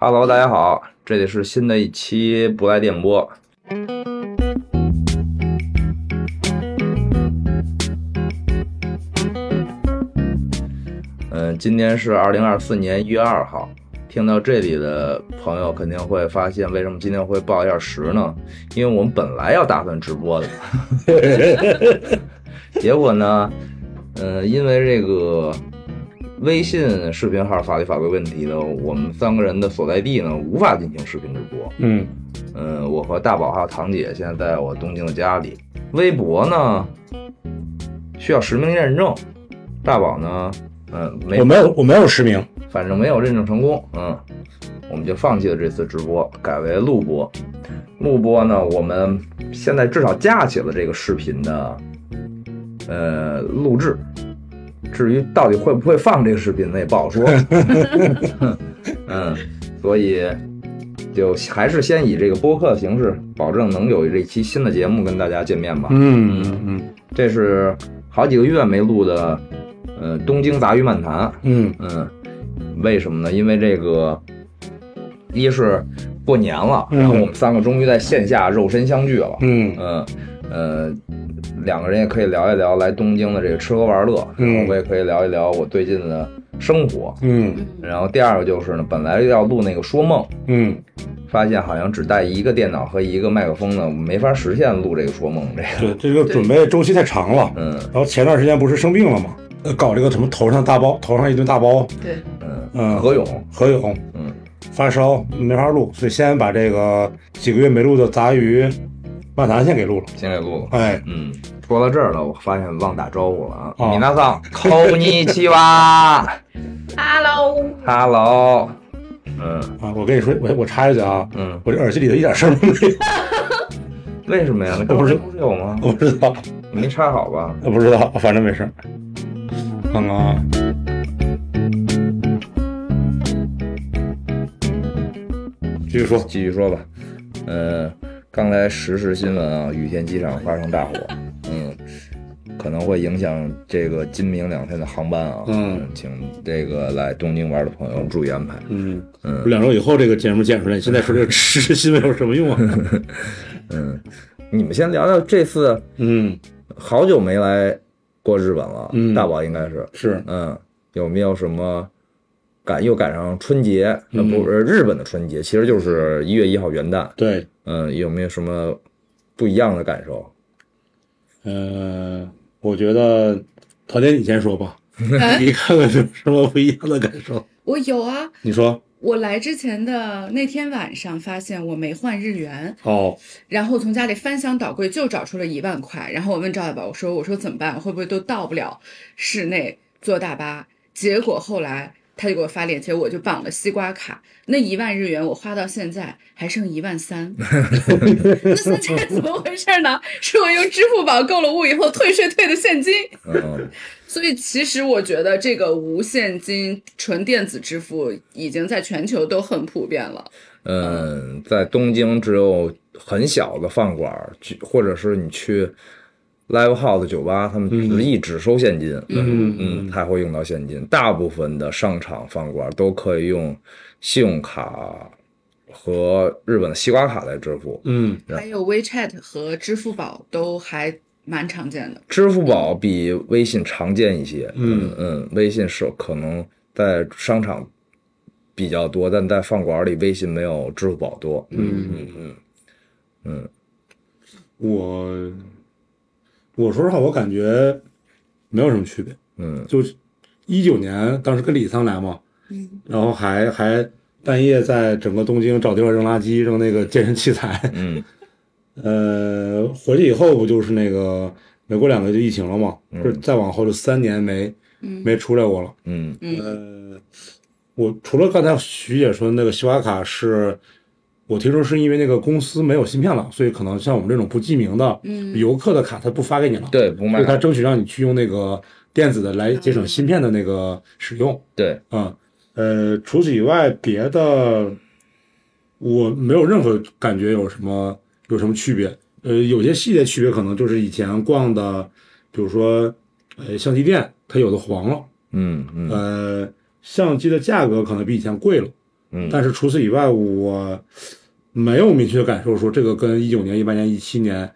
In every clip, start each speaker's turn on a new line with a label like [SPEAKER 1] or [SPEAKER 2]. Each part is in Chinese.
[SPEAKER 1] Hello，大家好，这里是新的一期不赖电波。嗯，今天是二零二四年一月二号。听到这里的朋友肯定会发现，为什么今天会报一下时呢？因为我们本来要打算直播的，结果呢，嗯、因为这个微信视频号法律法规问题呢，我们三个人的所在地呢无法进行视频直播。
[SPEAKER 2] 嗯，
[SPEAKER 1] 嗯，我和大宝还有堂姐现在在我东京的家里。微博呢需要实名认证，大宝呢，嗯，没
[SPEAKER 2] 我没有，我没有实名。
[SPEAKER 1] 反正没有认证成功，嗯，我们就放弃了这次直播，改为录播。录播呢，我们现在至少架起了这个视频的呃录制，至于到底会不会放这个视频，那也不好说。 嗯，所以就还是先以这个播客的形式，保证能有这期新的节目跟大家见面吧。
[SPEAKER 2] 嗯嗯
[SPEAKER 1] 这是好几个月没录的，呃，东京杂鱼漫谈。
[SPEAKER 2] 嗯
[SPEAKER 1] 嗯，为什么呢？因为这个，一是过年了，
[SPEAKER 2] 嗯
[SPEAKER 1] 然后我们三个终于在线下肉身相聚了。
[SPEAKER 2] 嗯
[SPEAKER 1] 嗯，呃，两个人也可以聊一聊来东京的这个吃喝玩乐，
[SPEAKER 2] 嗯
[SPEAKER 1] 然后我也可以聊一聊我最近的生活。
[SPEAKER 2] 嗯
[SPEAKER 1] 然后第二个就是呢，本来要录那个说梦，
[SPEAKER 2] 嗯，
[SPEAKER 1] 发现好像只带一个电脑和一个麦克风呢，我没法实现录这个说梦这个。
[SPEAKER 2] 对，这个准备周期太长了。
[SPEAKER 1] 嗯
[SPEAKER 2] 然后前段时间不是生病了吗？呃，搞这个什么头上大包，头上一顿大包，
[SPEAKER 3] 对，
[SPEAKER 1] 嗯，
[SPEAKER 2] 嗯
[SPEAKER 1] 何勇，
[SPEAKER 2] 何勇
[SPEAKER 1] 嗯
[SPEAKER 2] 发烧没法录，所以先把这个几个月没录的杂鱼漫谈先给录了。
[SPEAKER 1] 先给录了。
[SPEAKER 2] 哎，
[SPEAKER 1] 嗯，说到这儿了，我发现忘打招呼了啊！
[SPEAKER 2] 哦
[SPEAKER 1] 米娜桑，扣你七哇
[SPEAKER 3] Hello，
[SPEAKER 1] ，Hello，嗯
[SPEAKER 2] 啊，我跟你说，我我插一句啊，
[SPEAKER 1] 嗯，
[SPEAKER 2] 我这耳机里头一点声儿都没有，
[SPEAKER 1] 为什么呀？
[SPEAKER 2] 我
[SPEAKER 1] 不
[SPEAKER 2] 不
[SPEAKER 1] 是
[SPEAKER 2] 是
[SPEAKER 1] 不是有吗？
[SPEAKER 2] 我不知道，
[SPEAKER 1] 没插好吧？
[SPEAKER 2] 我呃不知道，反正没事儿。看看啊，继续说。
[SPEAKER 1] 继续说吧。呃，刚才实时新闻啊，羽田机场发生大火，嗯，可能会影响这个今明两天的航班啊。
[SPEAKER 2] 嗯，
[SPEAKER 1] 请这个来东京玩的朋友注意安排。
[SPEAKER 2] 嗯，
[SPEAKER 1] 嗯
[SPEAKER 2] 两周以后这个节目剪出来，你现在说这个实时新闻有什么用啊？
[SPEAKER 1] 嗯，你们先聊聊这次，
[SPEAKER 2] 嗯，
[SPEAKER 1] 好久没来过日本了，
[SPEAKER 2] 嗯
[SPEAKER 1] 大宝应该是。
[SPEAKER 2] 是，
[SPEAKER 1] 嗯，有没有什么赶又赶上春节？那
[SPEAKER 2] 嗯
[SPEAKER 1] 不是日本的春节，其实就是一月一号元旦。
[SPEAKER 2] 对，
[SPEAKER 1] 嗯，有没有什么不一样的感受？
[SPEAKER 2] 呃，我觉得陶姐你先说吧，你看看有什么不一样的感受？
[SPEAKER 3] 我有啊。
[SPEAKER 2] 你说，
[SPEAKER 3] 我来之前的那天晚上，发现我没换日元，
[SPEAKER 2] 哦，
[SPEAKER 3] 然后从家里翻箱倒柜就找出了一万块。然后我问赵大宝，我说：“我说怎么办？我会不会都到不了市内坐大巴？”结果后来他就给我发链接，我就绑了西瓜卡。那一万日元我花到现在还剩一万三，那现在怎么回事呢？是我用支付宝购了物以后退税退的现金。
[SPEAKER 1] 嗯，
[SPEAKER 3] 所以其实我觉得这个无现金纯电子支付已经在全球都很普遍了。
[SPEAKER 1] 嗯，在东京只有很小的饭馆儿，去或者是你去 live house 酒吧，他们执意只收现金。
[SPEAKER 2] 嗯
[SPEAKER 1] 嗯，才会用到现金。大部分的商场、饭馆都可以用信用卡和日本的西瓜卡来支付。
[SPEAKER 2] 嗯
[SPEAKER 1] 对
[SPEAKER 3] 还有 WeChat 和支付宝都还蛮常见的。
[SPEAKER 1] 支付宝比微信常见一些，
[SPEAKER 2] 嗯
[SPEAKER 1] 嗯，微信是可能在商场比较多，但在饭馆里微信没有支付宝多。
[SPEAKER 2] 嗯，
[SPEAKER 1] 嗯
[SPEAKER 2] 我我说实话，我感觉没有什么区别。
[SPEAKER 1] 嗯
[SPEAKER 2] 就是一九年，当时跟李桑来嘛，
[SPEAKER 3] 嗯，
[SPEAKER 2] 然后还还半夜在整个东京找地方扔垃圾，扔那个健身器材。
[SPEAKER 1] 嗯
[SPEAKER 2] 呃，回去以后不就是那个没过两个月就疫情了嘛，就是再往后就三年没
[SPEAKER 3] 嗯
[SPEAKER 2] 没出来过了。
[SPEAKER 1] 嗯
[SPEAKER 2] 呃，我除了刚才徐姐说的那个西瓜卡是。我听说是因为那个公司没有芯片了，所以可能像我们这种不记名的
[SPEAKER 3] 嗯
[SPEAKER 2] 游客的卡，他不发给你了。
[SPEAKER 1] 嗯，对，不
[SPEAKER 2] 所
[SPEAKER 1] 卖
[SPEAKER 2] 以他
[SPEAKER 1] 卡，
[SPEAKER 2] 争取让你去用那个电子的来节省芯片的那个使用
[SPEAKER 1] 对，
[SPEAKER 2] 啊、呃，除此以外，别的我没有任何感觉有什么有什么区别。呃，有些细节区别可能就是以前逛的，比如说呃相机店，它有的黄了，
[SPEAKER 1] 嗯嗯
[SPEAKER 2] 呃，相机的价格可能比以前贵了，
[SPEAKER 1] 嗯
[SPEAKER 2] 但是除此以外，我没有明确感受说这个跟一九年、一八年、一七年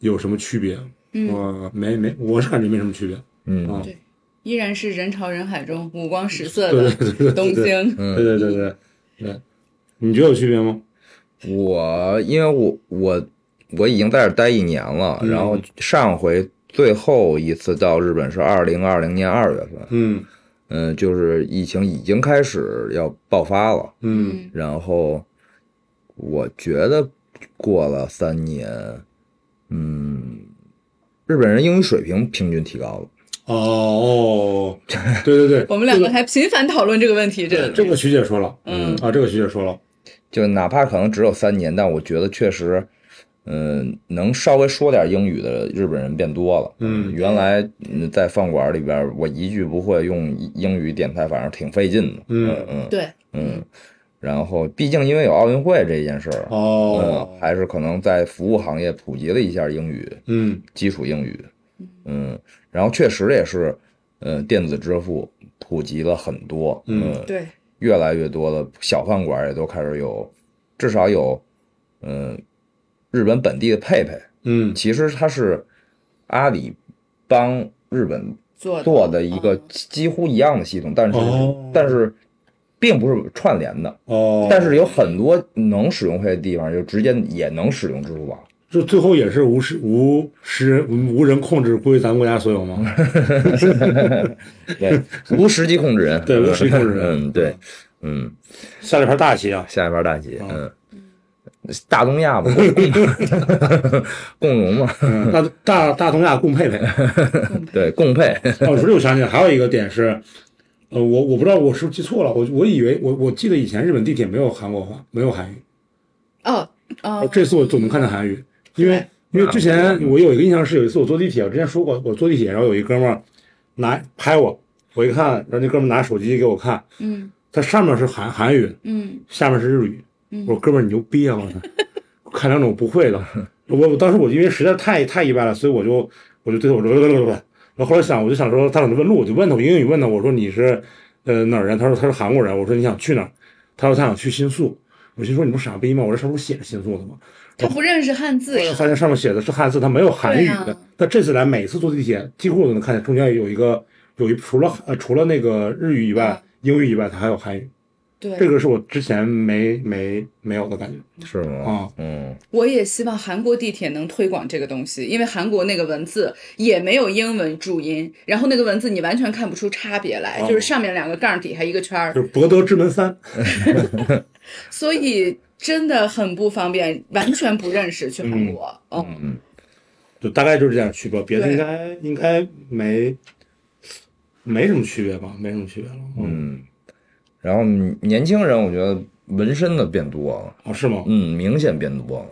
[SPEAKER 2] 有什么区别。
[SPEAKER 3] 嗯，
[SPEAKER 2] 我没没，我是感觉没什么区别。
[SPEAKER 1] 嗯
[SPEAKER 2] 啊，
[SPEAKER 3] 对依然是人潮人海中五光十色
[SPEAKER 2] 对
[SPEAKER 3] 的
[SPEAKER 2] 对对对
[SPEAKER 3] 东
[SPEAKER 2] 对
[SPEAKER 3] 京。
[SPEAKER 1] 嗯
[SPEAKER 2] 对对对对对，你觉得有区别吗？
[SPEAKER 1] 我因为我我我已经在这儿待一年了，
[SPEAKER 2] 嗯
[SPEAKER 1] 然后上回最后一次到日本是二零二零年二月份，
[SPEAKER 2] 嗯
[SPEAKER 1] 嗯，就是疫情已经开始要爆发了，
[SPEAKER 2] 嗯
[SPEAKER 3] 嗯
[SPEAKER 1] 然后我觉得过了三年，嗯，日本人英语水平平均提高了，
[SPEAKER 2] 哦哦，对对 对，
[SPEAKER 3] 我们两个还频繁讨论这个问题，这
[SPEAKER 2] 这个徐姐说了
[SPEAKER 3] 嗯
[SPEAKER 2] 啊，这个徐姐说了，
[SPEAKER 1] 就哪怕可能只有三年，但我觉得确实。嗯，能稍微说点英语的日本人变多了。
[SPEAKER 2] 嗯
[SPEAKER 1] 原来嗯在饭馆里边，我一句不会用英语点菜，反正挺费劲的。
[SPEAKER 2] 嗯
[SPEAKER 1] 嗯
[SPEAKER 3] 对，
[SPEAKER 1] 嗯。然后，毕竟因为有奥运会这件事儿，
[SPEAKER 2] 哦
[SPEAKER 1] 嗯，，还是可能在服务行业普及了一下英语，
[SPEAKER 2] 嗯
[SPEAKER 1] 基础英语，嗯，然后确实也是，呃，电子支付普及了很多，
[SPEAKER 2] 嗯
[SPEAKER 1] 嗯，
[SPEAKER 3] 对，
[SPEAKER 1] 越来越多的小饭馆也都开始有，至少有，嗯、日本本地的佩佩，
[SPEAKER 2] 嗯
[SPEAKER 1] 其实它是阿里帮日本
[SPEAKER 3] 做
[SPEAKER 1] 做的一个
[SPEAKER 3] 嗯
[SPEAKER 1] 几乎一样的系统，但是、
[SPEAKER 2] 哦
[SPEAKER 1] 但是并不是串联的，
[SPEAKER 2] 哦，
[SPEAKER 1] 但是有很多能使用它的地方，就直接也能使用支付宝。
[SPEAKER 2] 就最后也是无时无时无人控制归咱们国家所有吗？
[SPEAKER 1] 对，无实际控制人，
[SPEAKER 2] 对无实际控制人
[SPEAKER 1] 嗯，对，嗯，
[SPEAKER 2] 下了一盘大棋啊，
[SPEAKER 1] 下一盘大棋，
[SPEAKER 2] 啊
[SPEAKER 1] 嗯，大东亚嘛，共荣嘛，
[SPEAKER 2] 嗯大大大东亚共配配。
[SPEAKER 1] 对，共配，
[SPEAKER 2] 哦，说这我想起来还有一个点是，呃，我我不知道我是不是记错了，我我以为我我记得以前日本地铁没有韩国话，没有韩语，
[SPEAKER 3] 哦
[SPEAKER 2] 哦
[SPEAKER 3] 哦，
[SPEAKER 2] 这次我总能看到韩语，因为因为之
[SPEAKER 1] 啊
[SPEAKER 2] 前我有一个印象是有一次我坐地铁，我之前说过我坐地铁，然后有一哥们儿拿拍我，我一看，然后那哥们儿拿手机给我看，
[SPEAKER 3] 嗯
[SPEAKER 2] 它上面是韩韩语，
[SPEAKER 3] 嗯
[SPEAKER 2] 下面是日语，
[SPEAKER 3] 嗯
[SPEAKER 2] 我说 哥们儿你牛逼啊！我操，看两种我不会的。我我当时我因为实在太太意外了，所以我就我就对他我说， 然后后来想我就想说他可能问路，我就问他我英语问他我说你是呃哪儿人？他说他是韩国人。我说你想去哪儿？他说他想去新宿。我心说你不是傻逼吗？我这上面不是写着新宿的吗？
[SPEAKER 3] 他不认识汉字
[SPEAKER 2] 后来
[SPEAKER 3] 呀，
[SPEAKER 2] 发现上面写的是汉字，它没有韩语
[SPEAKER 3] 对啊
[SPEAKER 2] 的。但这次来每次坐地铁，几乎我都能看见中间有一个有一除了呃除了那个日语以
[SPEAKER 3] 嗯
[SPEAKER 2] 外，英语以外，它还有韩语。
[SPEAKER 3] 对，
[SPEAKER 2] 这个是我之前没没没有的感觉。
[SPEAKER 1] 是吗
[SPEAKER 2] 啊？
[SPEAKER 1] 嗯，
[SPEAKER 3] 我也希望韩国地铁能推广这个东西，因为韩国那个文字也没有英文注音，然后那个文字你完全看不出差别来，
[SPEAKER 2] 哦嗯
[SPEAKER 3] 就是上面两个杠，底下一个圈儿
[SPEAKER 2] 就，是博德之门三，
[SPEAKER 3] 所以真的很不方便，完全不认识去韩国。嗯，
[SPEAKER 2] 就大概就是这样区别，别的
[SPEAKER 3] 对
[SPEAKER 2] 应该应该没没什么区别吧，没什么区别了。嗯，
[SPEAKER 1] 然后年轻人，我觉得纹身的变多了，
[SPEAKER 2] 哦，是吗？
[SPEAKER 1] 嗯，明显变多了，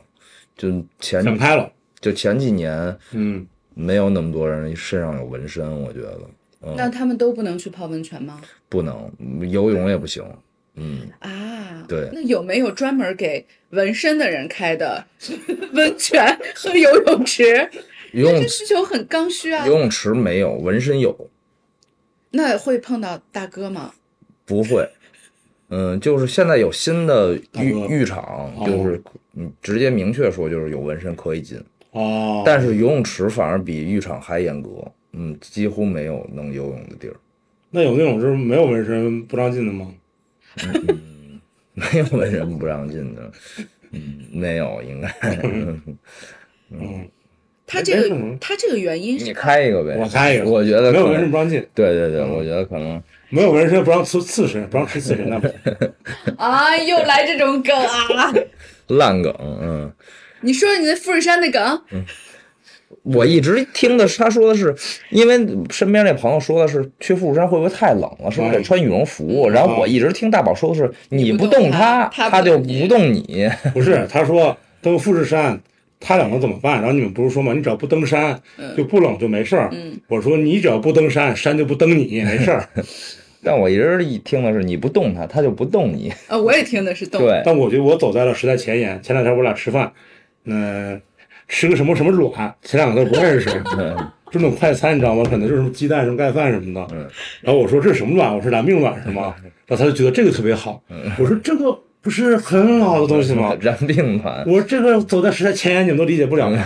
[SPEAKER 1] 就
[SPEAKER 2] 想
[SPEAKER 1] 前
[SPEAKER 2] 开了，
[SPEAKER 1] 就前几年
[SPEAKER 2] 嗯，
[SPEAKER 1] 没有那么多人身上有纹身，我觉得
[SPEAKER 2] 嗯
[SPEAKER 3] 那他们都不能去泡温泉吗？
[SPEAKER 1] 不能游泳也不行，嗯，
[SPEAKER 3] 啊，
[SPEAKER 1] 对
[SPEAKER 3] 那有没有专门给纹身的人开的温泉和游泳池？
[SPEAKER 1] 游泳
[SPEAKER 3] 这需求很刚需啊。
[SPEAKER 1] 游泳池没有，纹身有，
[SPEAKER 3] 那会碰到大哥吗？
[SPEAKER 1] 不会，嗯，就是现在有新的
[SPEAKER 2] 大
[SPEAKER 1] 浴
[SPEAKER 2] 哥
[SPEAKER 1] 浴场，
[SPEAKER 2] 哦
[SPEAKER 1] 就是嗯，直接明确说就是有纹身可以进，
[SPEAKER 2] 哦，
[SPEAKER 1] 但是游泳池反而比浴场还严格，嗯，几乎没有能游泳的地儿，
[SPEAKER 2] 那有那种就是没有纹身不让进的吗？
[SPEAKER 1] 没有纹身不让进的，嗯，没有应该，
[SPEAKER 2] 嗯，
[SPEAKER 3] 他这
[SPEAKER 2] 没什
[SPEAKER 3] 个
[SPEAKER 2] 么
[SPEAKER 3] 他这个原 因
[SPEAKER 1] 你
[SPEAKER 3] 是
[SPEAKER 1] 开一个呗，
[SPEAKER 2] 我开一个
[SPEAKER 1] 哎我觉得
[SPEAKER 2] 没有
[SPEAKER 1] 可
[SPEAKER 2] 纹身
[SPEAKER 1] 能
[SPEAKER 2] 不让进，
[SPEAKER 1] 对对对，我觉得可能
[SPEAKER 2] 没有纹身不让吃刺身，不让吃刺身， 那不行
[SPEAKER 3] 啊，又来这种梗啊！
[SPEAKER 1] 烂梗，嗯。
[SPEAKER 3] 你说你的富士山的梗，
[SPEAKER 1] 我一直听的是他说的是，因为身边那朋友说的是去富士山会不会太冷了，是不是得穿羽绒服？然后我一直听大宝说的是，你
[SPEAKER 3] 不
[SPEAKER 1] 不
[SPEAKER 3] 动
[SPEAKER 1] 动
[SPEAKER 3] 他他不
[SPEAKER 1] 他就
[SPEAKER 3] 动你
[SPEAKER 1] 不动你。
[SPEAKER 2] 不是，他说登富士山。他俩能怎么办？然后你们不是说吗？你只要不登山，就不冷就没事儿。
[SPEAKER 3] 嗯
[SPEAKER 2] 我说你只要不登山，山就不登你，没事儿。
[SPEAKER 1] 但我一直一听的是你不动他，他就不动你。
[SPEAKER 3] 呃，我也听的是动，
[SPEAKER 1] 对，
[SPEAKER 2] 但我觉得我走在了时代前沿。 前两天我俩吃饭，嗯、吃个什么什么卵，前两个都不认识，就那种快餐，你知道吗？可能就是什么鸡蛋、什么盖饭什么的。
[SPEAKER 1] 嗯
[SPEAKER 2] 然后我说这是什么卵？我说咱命卵是吗？然后他就觉得这个特别好。
[SPEAKER 1] 嗯
[SPEAKER 2] 我说这个不是很好的东西吗？
[SPEAKER 1] 染病团，
[SPEAKER 2] 我说这个走在时代前沿，你们都理解不
[SPEAKER 1] 嗯
[SPEAKER 2] 了。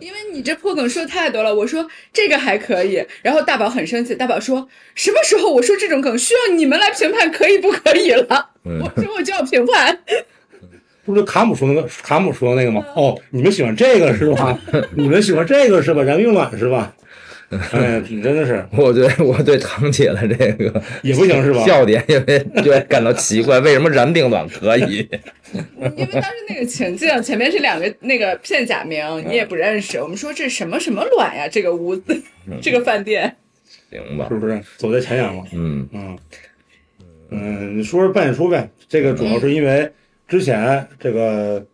[SPEAKER 3] 因为你这破梗说太多了，我说这个还可以，然后大宝很生气，大宝说什么时候我说这种梗需要你们来评判可以不可以了？我说我就要评判，
[SPEAKER 2] 不是卡姆说那个卡姆说的那个吗？哦，你们喜欢这个是吧？你们喜欢这个是吧？燃命卵是吧？哎，你真的是
[SPEAKER 1] 我觉得我对 堂姐的这个
[SPEAKER 2] 也不行是吧？
[SPEAKER 1] 笑点也为对感到奇怪，为什么染病卵可以？
[SPEAKER 3] 因为当时那个情境前面是两个那个片假名，你也不认识，我们说这什么什么卵呀，这个屋子，这个饭店，
[SPEAKER 1] 行吧
[SPEAKER 2] 是，不是走在前沿嘛？
[SPEAKER 1] 嗯
[SPEAKER 2] 嗯，嗯，你说说半演出呗。这个主要是因为之前这个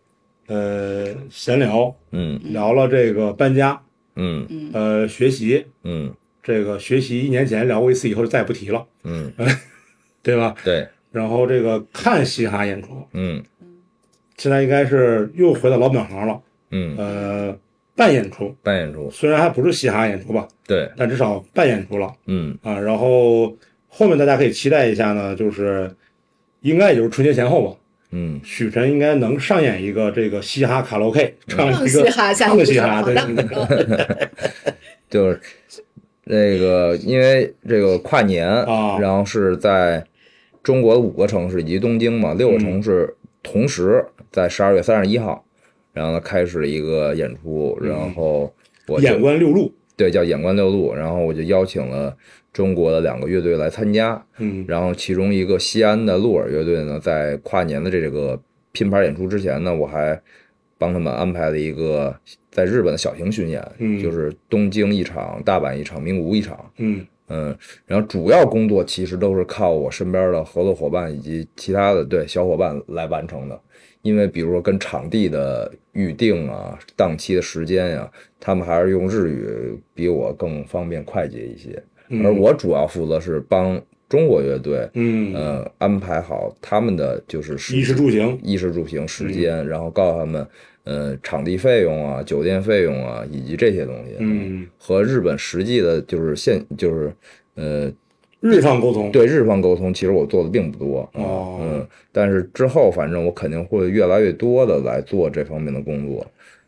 [SPEAKER 2] 呃闲聊
[SPEAKER 1] 嗯
[SPEAKER 2] 聊了这个搬家，
[SPEAKER 1] 嗯
[SPEAKER 2] 呃学习，
[SPEAKER 1] 嗯
[SPEAKER 2] 这个学习一年前聊过一次，以后就再也不提了，
[SPEAKER 1] 嗯，
[SPEAKER 2] 对吧？
[SPEAKER 1] 对，
[SPEAKER 2] 然后这个看嘻哈演出，
[SPEAKER 1] 嗯
[SPEAKER 2] 现在应该是又回到老本行了，
[SPEAKER 1] 嗯，
[SPEAKER 2] 呃，办演出，
[SPEAKER 1] 办演出，
[SPEAKER 2] 虽然还不是嘻哈演出吧，
[SPEAKER 1] 对，
[SPEAKER 2] 但至少办演出了。
[SPEAKER 1] 嗯
[SPEAKER 2] 啊，然后后面大家可以期待一下呢，就是应该也就是春节前后吧，
[SPEAKER 1] 嗯
[SPEAKER 2] 许晨应该能上演一个这个嘻哈卡拉 OK，唱一
[SPEAKER 3] 嗯嘻
[SPEAKER 2] 个
[SPEAKER 3] 哈下
[SPEAKER 2] 唱
[SPEAKER 3] 去
[SPEAKER 2] 个嘻哈，对，
[SPEAKER 1] 就是那个，因为这个跨年，
[SPEAKER 2] 啊
[SPEAKER 1] 然后是在中国五个城市以及东京嘛，六个城市同时在十二月三十一号，然后呢开始了一个演出，然后我就
[SPEAKER 2] 嗯眼观六路，
[SPEAKER 1] 对叫眼观六路，然后我就邀请了中国的两个乐队来参加，
[SPEAKER 2] 嗯
[SPEAKER 1] 然后其中一个西安的鹿耳乐队呢，在跨年的这个拼盘演出之前呢，我还帮他们安排了一个在日本的小型巡演，
[SPEAKER 2] 嗯
[SPEAKER 1] 就是东京一场、大阪一场、名古屋一场。
[SPEAKER 2] 嗯
[SPEAKER 1] 嗯，然后主要工作其实都是靠我身边的合作伙伴以及其他的对小伙伴来完成的，因为比如说跟场地的预定啊、档期的时间呀、他们还是用日语比我更方便快捷一些，
[SPEAKER 2] 嗯
[SPEAKER 1] 而我主要负责是帮中国乐队，
[SPEAKER 2] 嗯，
[SPEAKER 1] 呃，安排好他们的就是时
[SPEAKER 2] 衣食住嗯行，
[SPEAKER 1] 衣食住行时间，然后告诉他们，呃，场地费用啊、酒店费用啊，以及这些东西，，
[SPEAKER 2] 嗯，
[SPEAKER 1] 和日本实际的就是现就是，呃，
[SPEAKER 2] 日常沟通，
[SPEAKER 1] 对日方沟通，其实我做的并不多，嗯
[SPEAKER 2] 哦
[SPEAKER 1] 嗯，但是之后反正我肯定会越来越多的来做这方面的工作，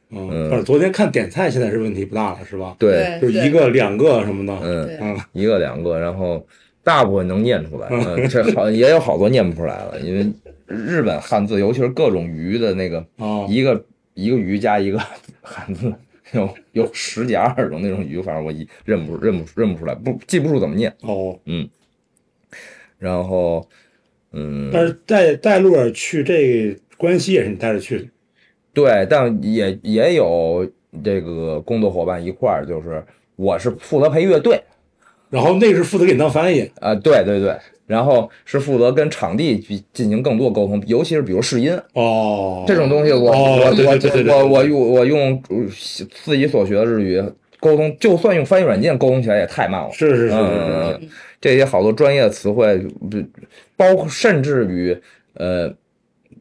[SPEAKER 2] 嗯，反正昨天看点菜现在是问题不大了，是吧？
[SPEAKER 1] 对，
[SPEAKER 2] 就一个两个什么的，
[SPEAKER 1] 嗯，
[SPEAKER 3] 对
[SPEAKER 2] 嗯
[SPEAKER 1] 一个两个，然后大部分能念出 来，嗯，这好也有好多念不出来了，因为日本汉字，尤其是各种鱼的那个
[SPEAKER 2] 啊，
[SPEAKER 1] 嗯一个一个鱼加一个汉字，有 有十几二十种那种鱼，反正我一认不认不认不出来，不记不住怎么念。
[SPEAKER 2] 哦，
[SPEAKER 1] 然后，嗯，
[SPEAKER 2] 但是带带路尔去这关西也是你带着去的，
[SPEAKER 1] 对，但也也有这个工作伙伴一块儿，就是我是负责陪乐队，
[SPEAKER 2] 然后那个是负责给你当翻译，
[SPEAKER 1] 啊、对对对，然后是负责跟场地去进行更多沟通，尤其是比如试音，
[SPEAKER 2] 哦，
[SPEAKER 1] 这种东西我，
[SPEAKER 2] 哦
[SPEAKER 1] 我
[SPEAKER 2] 对
[SPEAKER 1] 我
[SPEAKER 2] 对对对
[SPEAKER 1] 我我用我用自己所学的日语沟通，就算用翻译软件沟通起来也太慢了。
[SPEAKER 2] 是是是是
[SPEAKER 1] 嗯
[SPEAKER 2] 是
[SPEAKER 1] 嗯，嗯这些好多专业的词汇，不呃包括甚至于呃，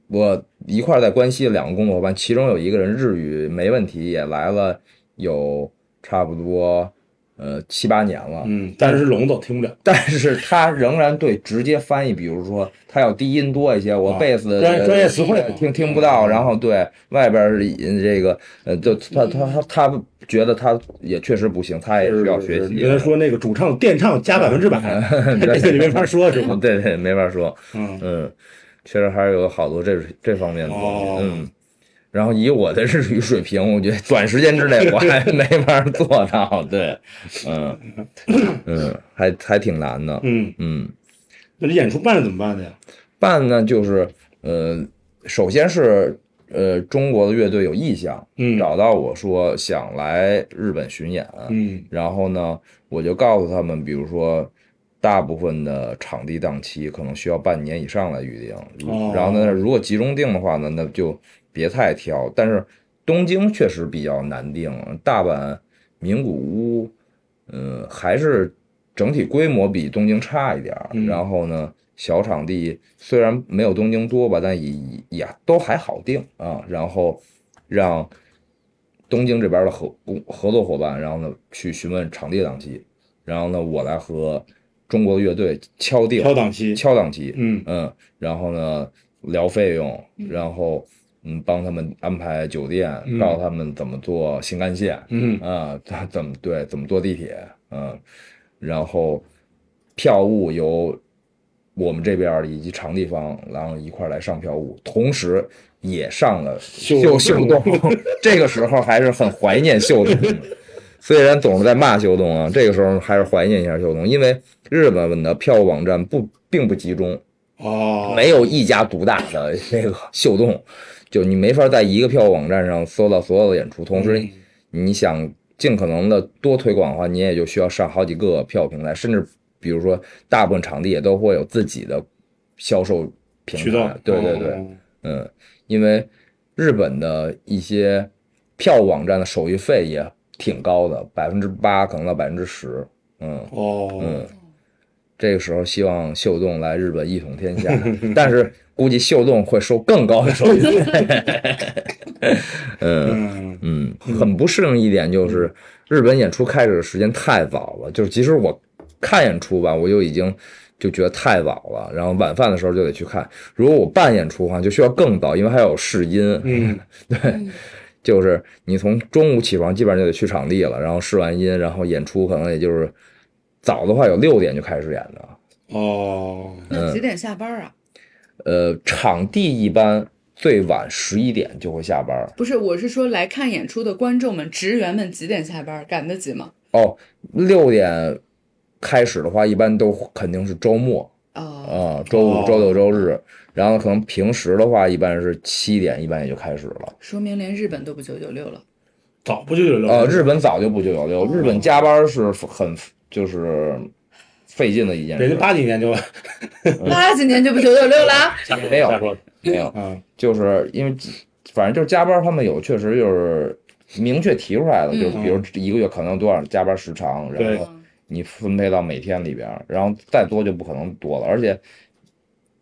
[SPEAKER 1] 我一块儿在关西两个工作伙伴，其中有一个人日语没问题，也来了有差不多呃七八年了，
[SPEAKER 2] 嗯，但是聋子听不了。
[SPEAKER 1] 但是他仍然对直接翻译，比如说他要低音多一些，我
[SPEAKER 2] 啊
[SPEAKER 1] 贝斯
[SPEAKER 2] 专
[SPEAKER 1] 呃
[SPEAKER 2] 专业词汇啊
[SPEAKER 1] 呃听听不到，然后对外边儿呃这个呃，就他他
[SPEAKER 2] 嗯
[SPEAKER 1] 他他觉得他也确实不行，他也需要学习。啊
[SPEAKER 2] 你刚才说那个主唱电唱加百分之百， 这个你没法说是吧？
[SPEAKER 1] 对对，没法说，
[SPEAKER 2] 嗯，
[SPEAKER 1] 嗯，确实还是有好多这这方面的东西，
[SPEAKER 2] 哦
[SPEAKER 1] 嗯。然后以我的日语水平，我觉得短时间之内我还 没法做到，对，嗯嗯，还还挺难的，
[SPEAKER 2] 嗯，
[SPEAKER 1] 嗯。
[SPEAKER 2] 那这演出办是怎么办的呀？
[SPEAKER 1] 办呢，就是呃，首先是呃，中国的乐队有意向，
[SPEAKER 2] 嗯
[SPEAKER 1] 找到我说想来日本巡演，
[SPEAKER 2] 嗯
[SPEAKER 1] 然后呢，我就告诉他们，比如说。大部分的场地档期可能需要半年以上来预定，如
[SPEAKER 2] 哦
[SPEAKER 1] 然后呢，如果集中定的话呢，那就别太挑。但是东京确实比较难定，大阪、名古屋，嗯，还是整体规模比东京差一点儿。
[SPEAKER 2] 嗯
[SPEAKER 1] 然后呢，小场地虽然没有东京多吧，但也也都还好定啊。然后让东京这边的合工合作伙伴，然后呢去询问场地档期，然后呢我来和中国的乐队敲定
[SPEAKER 2] 挑档期，
[SPEAKER 1] 敲档期，
[SPEAKER 2] 嗯，
[SPEAKER 1] 嗯，然后呢聊费用，然后嗯帮他们安排酒店，
[SPEAKER 2] 嗯
[SPEAKER 1] 告诉他们怎么坐新干线，
[SPEAKER 2] 嗯
[SPEAKER 1] 啊，怎怎么对怎么坐地铁，嗯，然后票务由我们这边儿以及场地方，然后一块儿来上票务，同时也上了
[SPEAKER 2] 秀
[SPEAKER 1] 秀秀动，这个时候还是很怀念秀动的。虽然总是在骂秀动啊，这个时候还是怀念一下秀动，因为日本的票务网站不并不集中，
[SPEAKER 2] 哦，
[SPEAKER 1] 没有一家独大的那个秀动，就你没法在一个票务网站上搜到所有的演出，同
[SPEAKER 2] 嗯
[SPEAKER 1] 时你想尽可能的多推广的话，你也就需要上好几个票务平台，甚至比如说大部分场地也都会有自己的销售平台。
[SPEAKER 2] 渠道，
[SPEAKER 1] 对对对，
[SPEAKER 2] 哦，
[SPEAKER 1] 嗯，因为日本的一些票务网站的手续费也挺高的，百分之八可能到百分之十。嗯，
[SPEAKER 2] 哦，
[SPEAKER 1] 嗯这个时候希望秀动来日本一统天 下，但是估计秀动会收更高的手续费。嗯
[SPEAKER 2] 嗯
[SPEAKER 1] 嗯，很不适应一点就是日本演出开始的时间太早了，就是即使我看演出吧，我就已经就觉得太早了，然后晚饭的时候就得去看。如果我办演出的话，就需要更早，因为还有试音。
[SPEAKER 2] 嗯，
[SPEAKER 1] 就是你从中午起床，基本上就得去场地了，然后试完音，然后演出可能也就是早的话有六点就开始演的。
[SPEAKER 2] 哦，
[SPEAKER 3] 那几点下班啊？
[SPEAKER 1] 呃，场地一般最晚十一点就会下班儿。
[SPEAKER 3] 不是，我是说来看演出的观众们、职员们几点下班？赶得及吗？
[SPEAKER 1] 哦，六点开始的话，一般都肯定是周末
[SPEAKER 3] 哦，
[SPEAKER 1] 啊、周
[SPEAKER 2] 哦
[SPEAKER 1] 五、周六、周日。然后可能平时的话，一般是七点，一般也就开始了。
[SPEAKER 3] 说明连日本都不九九六了。
[SPEAKER 2] 早不就有了？
[SPEAKER 1] 呃，日本早就不九九六，日本加班是很就是费劲的一件
[SPEAKER 2] 人家
[SPEAKER 1] 事。
[SPEAKER 2] 八几年就
[SPEAKER 1] 嗯
[SPEAKER 3] 八几年就不九九六了？
[SPEAKER 1] 没有
[SPEAKER 2] 瞎说
[SPEAKER 1] 没有，
[SPEAKER 2] 啊，
[SPEAKER 1] 就是因为反正就是加班，他们有确实就是明确提出来了，
[SPEAKER 3] 嗯
[SPEAKER 1] 就是比如一个月可能多少加班时长，然
[SPEAKER 2] 对
[SPEAKER 1] 后你分配到每天里边儿，然后再多就不可能多了。而且，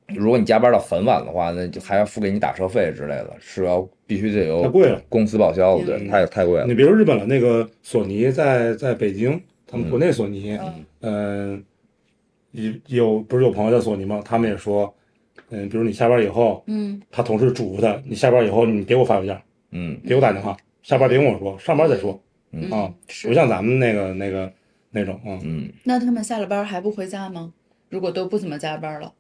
[SPEAKER 1] 如果你加班到很晚的话，那就还要付给你打车费之类的，是要必须得
[SPEAKER 2] 太
[SPEAKER 1] 由
[SPEAKER 2] 贵了。
[SPEAKER 1] 公司报销的，对，
[SPEAKER 2] 嗯
[SPEAKER 1] 太太贵了
[SPEAKER 2] 你。别说日本了，那个索尼在在北京，他们国内索尼，
[SPEAKER 3] 嗯
[SPEAKER 2] 嗯，有有不是有朋友在索尼吗？他们也说，嗯，比如你下班以后，
[SPEAKER 3] 嗯，
[SPEAKER 2] 他同事嘱咐他，你下班以后你别给我发邮件，
[SPEAKER 1] 嗯
[SPEAKER 2] 别给我打电话，下班别跟我说，上班再说
[SPEAKER 1] 嗯
[SPEAKER 2] 啊，
[SPEAKER 3] 是
[SPEAKER 2] 不像咱们那个那个那种啊，
[SPEAKER 1] 嗯，
[SPEAKER 3] 那他们下了班还不回家吗？如果都不怎么加班了，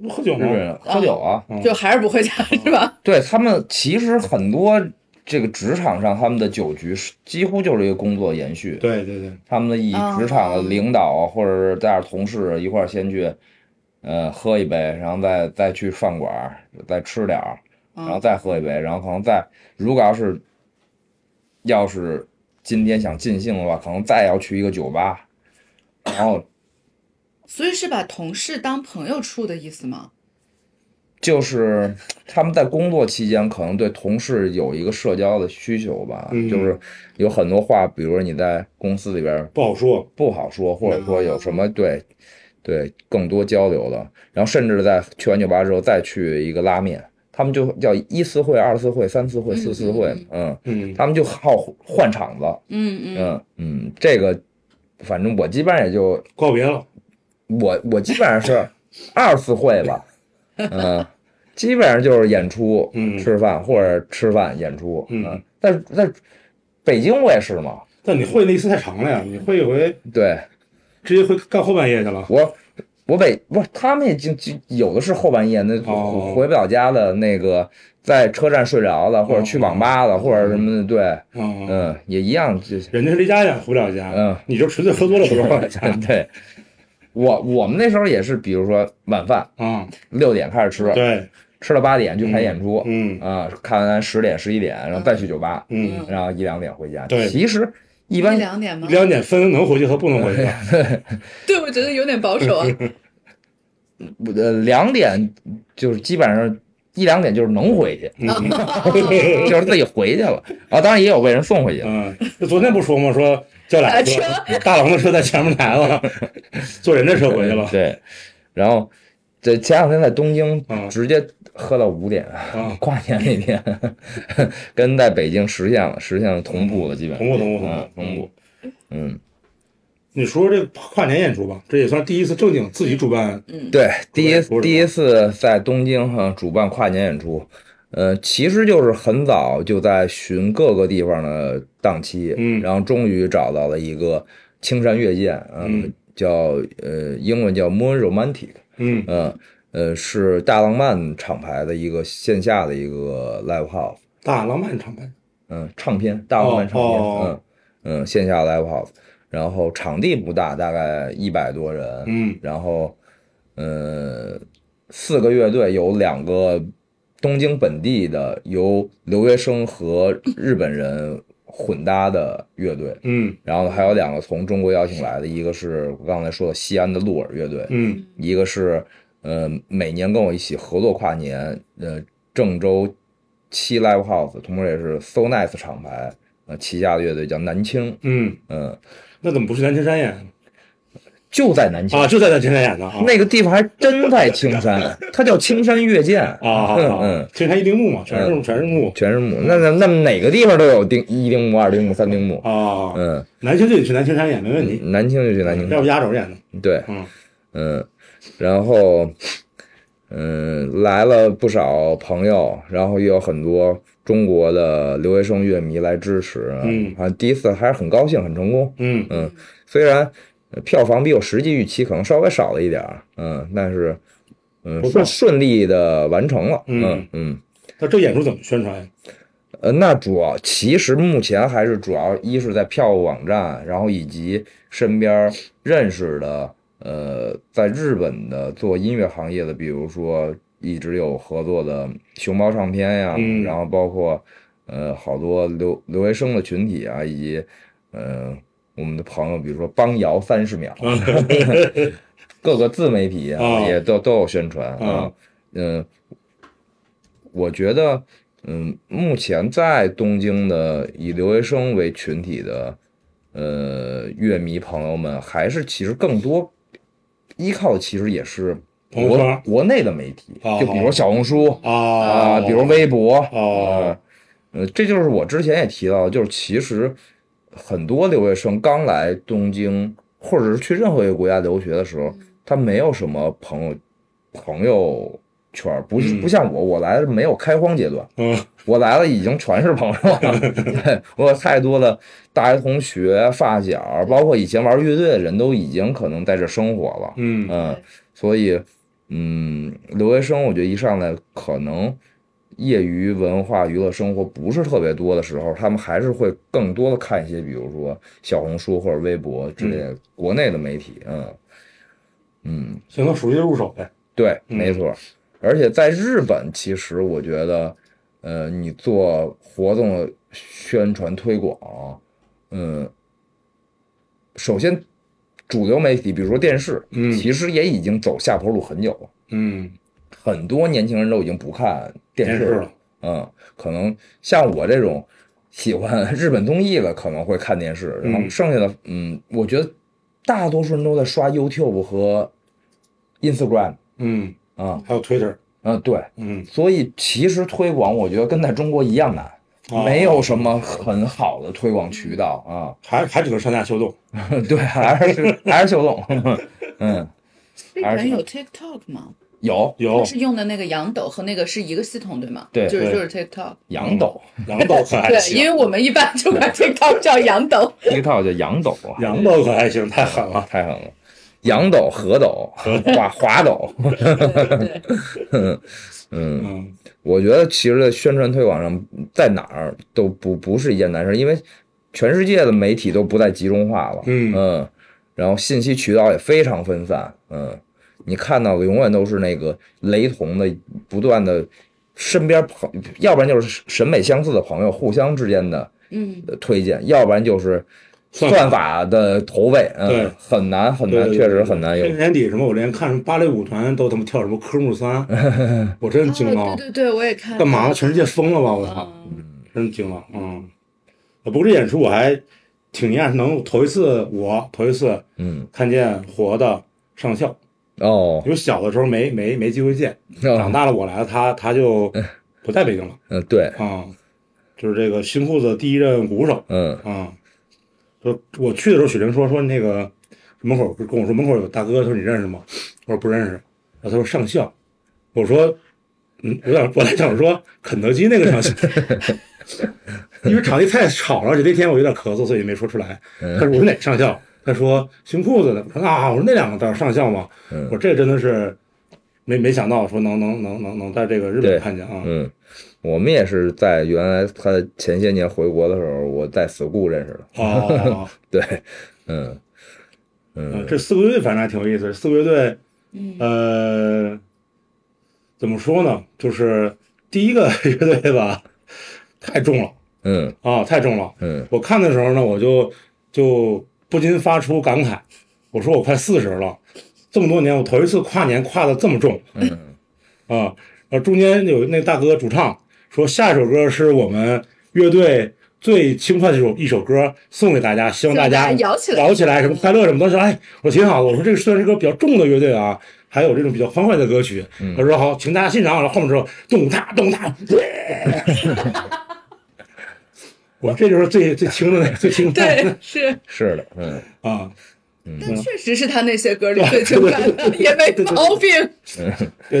[SPEAKER 2] 不喝酒
[SPEAKER 1] 日
[SPEAKER 2] 吗？
[SPEAKER 1] 本人喝酒啊，
[SPEAKER 2] 嗯
[SPEAKER 3] 就还是不回家是吧？
[SPEAKER 1] 对他们其实很多这个职场上他们的酒局是几乎就是一个工作延续，
[SPEAKER 2] 对对对，
[SPEAKER 1] 他们的以
[SPEAKER 3] 哦
[SPEAKER 1] 职场的领导啊或者是带着同事一块儿先去。呃，喝一杯，然后再再去饭馆儿，再吃点儿，然后
[SPEAKER 2] 哦
[SPEAKER 3] 嗯
[SPEAKER 1] 再喝一杯，然后可能再如果要是要是今天想尽兴的话，可能再要去一个酒吧，然后
[SPEAKER 3] 所以是把同事当朋友处的意思吗？
[SPEAKER 1] 就是他们在工作期间可能对同事有一个社交的需求吧，
[SPEAKER 2] 嗯
[SPEAKER 1] 就是有很多话，比如说你在公司里边儿
[SPEAKER 2] 不好说，
[SPEAKER 1] 不好说，或者说有什么对对更多交流的，然后甚至在去完酒吧之后再去一个拉面，他们就叫一次会、二次会、三次会、四次会
[SPEAKER 3] 嗯，
[SPEAKER 1] 嗯，
[SPEAKER 2] 嗯，
[SPEAKER 1] 他们就好换场子，
[SPEAKER 3] 嗯嗯，
[SPEAKER 1] 嗯嗯，这个反正我基本上也就
[SPEAKER 2] 告别了，
[SPEAKER 1] 我我基本上是二次会吧，嗯，基本上就是演出、
[SPEAKER 2] 嗯
[SPEAKER 1] 吃饭或者吃饭演出，
[SPEAKER 2] 嗯
[SPEAKER 1] 但是在北京我也是嘛，
[SPEAKER 2] 但你会那一次太长了呀，你会一回
[SPEAKER 1] 对
[SPEAKER 2] 直接会干后半夜去了，
[SPEAKER 1] 我我北不是他们已经就有的是后半夜那
[SPEAKER 2] 哦
[SPEAKER 1] 回不了家的那个在车站睡着了，或者去网吧
[SPEAKER 2] 哦
[SPEAKER 1] 了，或者什么的，对，
[SPEAKER 2] 嗯，
[SPEAKER 1] 嗯，也一样就
[SPEAKER 2] 人家是离家远，回不了家，
[SPEAKER 1] 嗯，
[SPEAKER 2] 你就纯粹喝多了回不了家，
[SPEAKER 1] 对。我我们那时候也是，比如说晚饭
[SPEAKER 2] 啊，
[SPEAKER 1] 六点开始吃，
[SPEAKER 2] 对，
[SPEAKER 1] 吃到八点去看演出，
[SPEAKER 2] 嗯
[SPEAKER 1] 啊、看完十点十一点，然后再去酒吧，
[SPEAKER 2] 嗯，
[SPEAKER 1] 然后一两点回家。
[SPEAKER 2] 对
[SPEAKER 1] 其实一
[SPEAKER 3] 一
[SPEAKER 1] 般
[SPEAKER 3] 两点吗？
[SPEAKER 2] 两点分能回去和不能回去，
[SPEAKER 3] 对，我觉得有点保守啊。
[SPEAKER 2] 嗯
[SPEAKER 1] 呃两点就是基本上一两点就是能回去，
[SPEAKER 2] 嗯
[SPEAKER 1] 就是自己回去了。啊，当然也有被人送回去了。
[SPEAKER 2] 嗯，那昨天不说吗？说叫俩车
[SPEAKER 3] 打，
[SPEAKER 2] 嗯大龙的车在前面来了，坐人的车回去了，
[SPEAKER 1] 对，然后这前两天在东京
[SPEAKER 2] 嗯
[SPEAKER 1] 直接喝到五点，
[SPEAKER 2] 嗯
[SPEAKER 1] 跨年那天跟在北京实现了，实现了同步了，基本上
[SPEAKER 2] 同步同步
[SPEAKER 1] 嗯
[SPEAKER 2] 同步。
[SPEAKER 1] 嗯，
[SPEAKER 2] 你说说这跨年演出吧，这也算第一次正经自己主办，
[SPEAKER 1] 对，第一
[SPEAKER 2] 嗯不是
[SPEAKER 1] 第一次在东京哈主办跨年演出，呃，其实就是很早就在寻各个地方的档期，
[SPEAKER 2] 嗯
[SPEAKER 1] 然后终于找到了一个青山月见，
[SPEAKER 2] 嗯，
[SPEAKER 1] 叫呃英文叫 Moon Romantic，
[SPEAKER 2] 嗯
[SPEAKER 1] 嗯呃是大浪漫厂牌的一个线下的一个 live house。
[SPEAKER 2] 大浪漫厂牌，
[SPEAKER 1] 嗯，唱片，大浪漫唱片，
[SPEAKER 2] 哦
[SPEAKER 1] 嗯嗯，线下 live house，然后场地不大，大概一百多人，
[SPEAKER 2] 嗯
[SPEAKER 1] 然后呃，四个乐队有两个东京本地的，由留学生和日本人混搭的乐队，
[SPEAKER 2] 嗯
[SPEAKER 1] 然后还有两个从中国邀请来的，一个是我刚才说的西安的鹿耳乐队，
[SPEAKER 2] 嗯
[SPEAKER 1] 一个是呃每年跟我一起合作跨年，呃郑州七 Live House，同时也是 So Nice 厂牌呃旗下的乐队叫南青，
[SPEAKER 2] 嗯，
[SPEAKER 1] 嗯、
[SPEAKER 2] 那怎么不去南青山演啊
[SPEAKER 1] 就在南青。
[SPEAKER 2] 啊？就在南青山演的啊
[SPEAKER 1] 那个地方还真在青山，它叫青山乐见
[SPEAKER 2] 啊，
[SPEAKER 1] 嗯
[SPEAKER 2] 啊
[SPEAKER 1] 嗯，，
[SPEAKER 2] 青山一丁目嘛，全是
[SPEAKER 1] 嗯
[SPEAKER 2] 全是木
[SPEAKER 1] 全是木。那那那哪个地方都有丁一丁目、二丁目、三丁目。
[SPEAKER 2] 啊，
[SPEAKER 1] 嗯，
[SPEAKER 2] 南青就得去南青山演，没问题，
[SPEAKER 1] 南青就去南青，
[SPEAKER 2] 要不压轴演的，
[SPEAKER 1] 对，
[SPEAKER 2] 嗯
[SPEAKER 1] 嗯，然后嗯来了不少朋友，然后也有很多中国的留学生乐迷来支持，
[SPEAKER 2] 嗯
[SPEAKER 1] 啊，第一次还是很高兴，很成功，
[SPEAKER 2] 嗯
[SPEAKER 1] 嗯，虽然呃票房比我实际预期可能稍微少了一点儿，嗯，但是嗯
[SPEAKER 2] 不错
[SPEAKER 1] 顺顺利的完成了，
[SPEAKER 2] 嗯
[SPEAKER 1] 嗯嗯。
[SPEAKER 2] 那这演出怎么宣传呀？
[SPEAKER 1] 呃，那主要其实目前还是主要一是在票务网站，然后以及身边儿认识的，呃，在日本的做音乐行业的，比如说一直有合作的熊猫唱片呀，
[SPEAKER 2] 嗯
[SPEAKER 1] 然后包括呃好多留留学生的群体啊，以及呃我们的朋友，比如说帮摇三十秒， 各个自媒体嗯啊、
[SPEAKER 2] 啊
[SPEAKER 1] 也都都有宣传
[SPEAKER 2] 啊
[SPEAKER 1] 啊，嗯、我觉得，嗯，目前在东京的以留学生为群体的，呃，乐迷朋友们，还是其实更多依靠的其实也是
[SPEAKER 2] 朋友
[SPEAKER 1] 国
[SPEAKER 2] 圈
[SPEAKER 1] 国内的媒体，
[SPEAKER 2] 哦
[SPEAKER 1] 就比如小红书
[SPEAKER 2] 啊
[SPEAKER 1] 啊，比如微博
[SPEAKER 2] 哦，
[SPEAKER 1] 呃，呃这就是我之前也提到，就是其实很多留学生刚来东京，或者是去任何一个国家留学的时候，他没有什么朋友朋友圈儿，不是不像我，我来了没有开荒阶段，
[SPEAKER 2] 嗯
[SPEAKER 1] 我来了已经全是朋友了， 对我有太多的大学同学、发小，包括以前玩乐队的人都已经可能在这生活了，
[SPEAKER 2] 嗯
[SPEAKER 1] 嗯，所以，嗯，留学生我觉得一上来可能业余文化娱乐生活不是特别多的时候，他们还是会更多的看一些，比如说小红书或者微博
[SPEAKER 2] 嗯
[SPEAKER 1] 之类的国内的媒体，嗯嗯，
[SPEAKER 2] 行，那熟悉入手呗，
[SPEAKER 1] 对，
[SPEAKER 2] 嗯
[SPEAKER 1] 没错。而且在日本，其实我觉得，呃，你做活动的宣传推广，嗯，首先主流媒体，比如说电视，
[SPEAKER 2] 嗯
[SPEAKER 1] 其实也已经走下坡路很久了。
[SPEAKER 2] 嗯，
[SPEAKER 1] 很多年轻人都已经不看电
[SPEAKER 2] 电
[SPEAKER 1] 视
[SPEAKER 2] 视了，
[SPEAKER 1] 嗯，可能像我这种喜欢日本综艺的可能会看电视，然后
[SPEAKER 2] 嗯
[SPEAKER 1] 剩下的，嗯，我觉得大多数人都在刷 YouTube 和 Instagram
[SPEAKER 2] 嗯，
[SPEAKER 1] 啊、
[SPEAKER 2] 还有 Twitter，
[SPEAKER 1] 嗯，对，
[SPEAKER 2] 嗯，
[SPEAKER 1] 所以其实推广我觉得跟在中国一样难，
[SPEAKER 2] 哦
[SPEAKER 1] 没有什么很好的推广渠道啊。
[SPEAKER 2] 还还只能上下修动，
[SPEAKER 1] 对，还是还是秀动， 嗯，
[SPEAKER 3] 日
[SPEAKER 1] 还是
[SPEAKER 3] 本有 TikTok 吗？
[SPEAKER 1] 有
[SPEAKER 2] 有
[SPEAKER 3] 它是用的那个羊斗和那个是一个系统对吗？
[SPEAKER 1] 对
[SPEAKER 3] 就是
[SPEAKER 2] 对
[SPEAKER 3] 就是 TikTok。
[SPEAKER 1] 羊斗，
[SPEAKER 2] 羊 斗可还
[SPEAKER 3] 对，因
[SPEAKER 2] 行，
[SPEAKER 3] 为我们一般就把 TikTok 叫羊斗。
[SPEAKER 2] 嗯
[SPEAKER 1] 一个套叫羊斗，啊
[SPEAKER 2] 羊斗可还行，太狠了，
[SPEAKER 1] 太狠了。羊斗、河斗、滑滑斗，
[SPEAKER 3] 对，
[SPEAKER 1] 嗯，
[SPEAKER 2] 嗯
[SPEAKER 1] 我觉得其实，在宣传推广上，在哪儿都不不是一件难事，因为全世界的媒体都不再集中化了，
[SPEAKER 2] 嗯
[SPEAKER 1] 然后信息渠道也非常分散，嗯，你看到的永远都是那个雷同的，不断的身边朋，要不然就是审美相似的朋友互相之间的
[SPEAKER 3] 嗯，
[SPEAKER 1] 呃推荐，要不然就是
[SPEAKER 2] 算法
[SPEAKER 1] 算法的投喂，
[SPEAKER 2] 对
[SPEAKER 1] 嗯，很难很
[SPEAKER 2] 对
[SPEAKER 1] 难，
[SPEAKER 2] 对
[SPEAKER 1] 确
[SPEAKER 2] 对
[SPEAKER 1] 实很难有
[SPEAKER 2] 这。年底什么，我连看什么芭蕾舞团都他妈跳什么科 目三，我真惊
[SPEAKER 3] 哦
[SPEAKER 2] 了，
[SPEAKER 3] 对对对，我也看。
[SPEAKER 2] 干嘛？全世界啊疯了吧？我操！
[SPEAKER 3] 嗯？
[SPEAKER 2] 真惊了，嗯。不过这演出我还挺讶异，能头一次我头一次
[SPEAKER 1] 嗯
[SPEAKER 2] 看见活的上校，
[SPEAKER 1] 哦，
[SPEAKER 2] 因为小的时候没没没机会见，长
[SPEAKER 1] 哦，
[SPEAKER 2] 大了我来了，他他就不在北京了
[SPEAKER 1] 嗯，对，
[SPEAKER 2] 啊、就是这个新裤子第一任鼓手
[SPEAKER 1] 嗯，
[SPEAKER 2] 啊、说我去的时候，许晨说说那个门口跟我说门口有大哥，他说你认识吗？我说不认识。然后他说上校，我说嗯，有点我在想说肯德基那个上校， 因为场地太吵了，而且那天我有点咳嗽，所以没说出来。
[SPEAKER 1] 嗯
[SPEAKER 2] 他说我说哪上校？他说新裤子的。我说啊，我说那两个字儿上校吗？
[SPEAKER 1] 嗯
[SPEAKER 2] 我说这真的是没没想到，说能能能能能在这个日
[SPEAKER 1] 对
[SPEAKER 2] 本看见 啊。
[SPEAKER 1] 嗯，我们也是在原来他前些年回国的时候，我在 school 认识的。
[SPEAKER 2] 哦哦，哦
[SPEAKER 1] 对，嗯
[SPEAKER 2] 嗯，
[SPEAKER 1] 嗯
[SPEAKER 2] 这四个乐队反正还挺有意思。四个乐队，呃，怎么说呢？就是第一个 乐队吧，太重了
[SPEAKER 1] 嗯
[SPEAKER 2] 啊，太重了。
[SPEAKER 1] 嗯
[SPEAKER 2] 我看的时候呢，我就就不禁发出感慨，我说我快四十了，这么多年我头一次跨年跨的这么重
[SPEAKER 1] 嗯
[SPEAKER 2] 啊。然后中间有那大哥主唱说，下一首歌是我们乐队。最轻快的一首一首歌送给大家，希望大家
[SPEAKER 3] 希望大家摇起来
[SPEAKER 2] 摇起来，什么快乐什么东西。哎，我说挺好的。我说这个虽然是个比较重的乐队啊，还有这种比较欢快的歌曲。他说好，请大家欣赏。然后后面之后，咚哒咚 哒，我这就是最最轻的那最轻快的
[SPEAKER 3] 对，是，
[SPEAKER 1] 是的，嗯
[SPEAKER 2] 啊。
[SPEAKER 3] 但确实是他那些歌里最精彩的，也没毛病。
[SPEAKER 2] 对对对对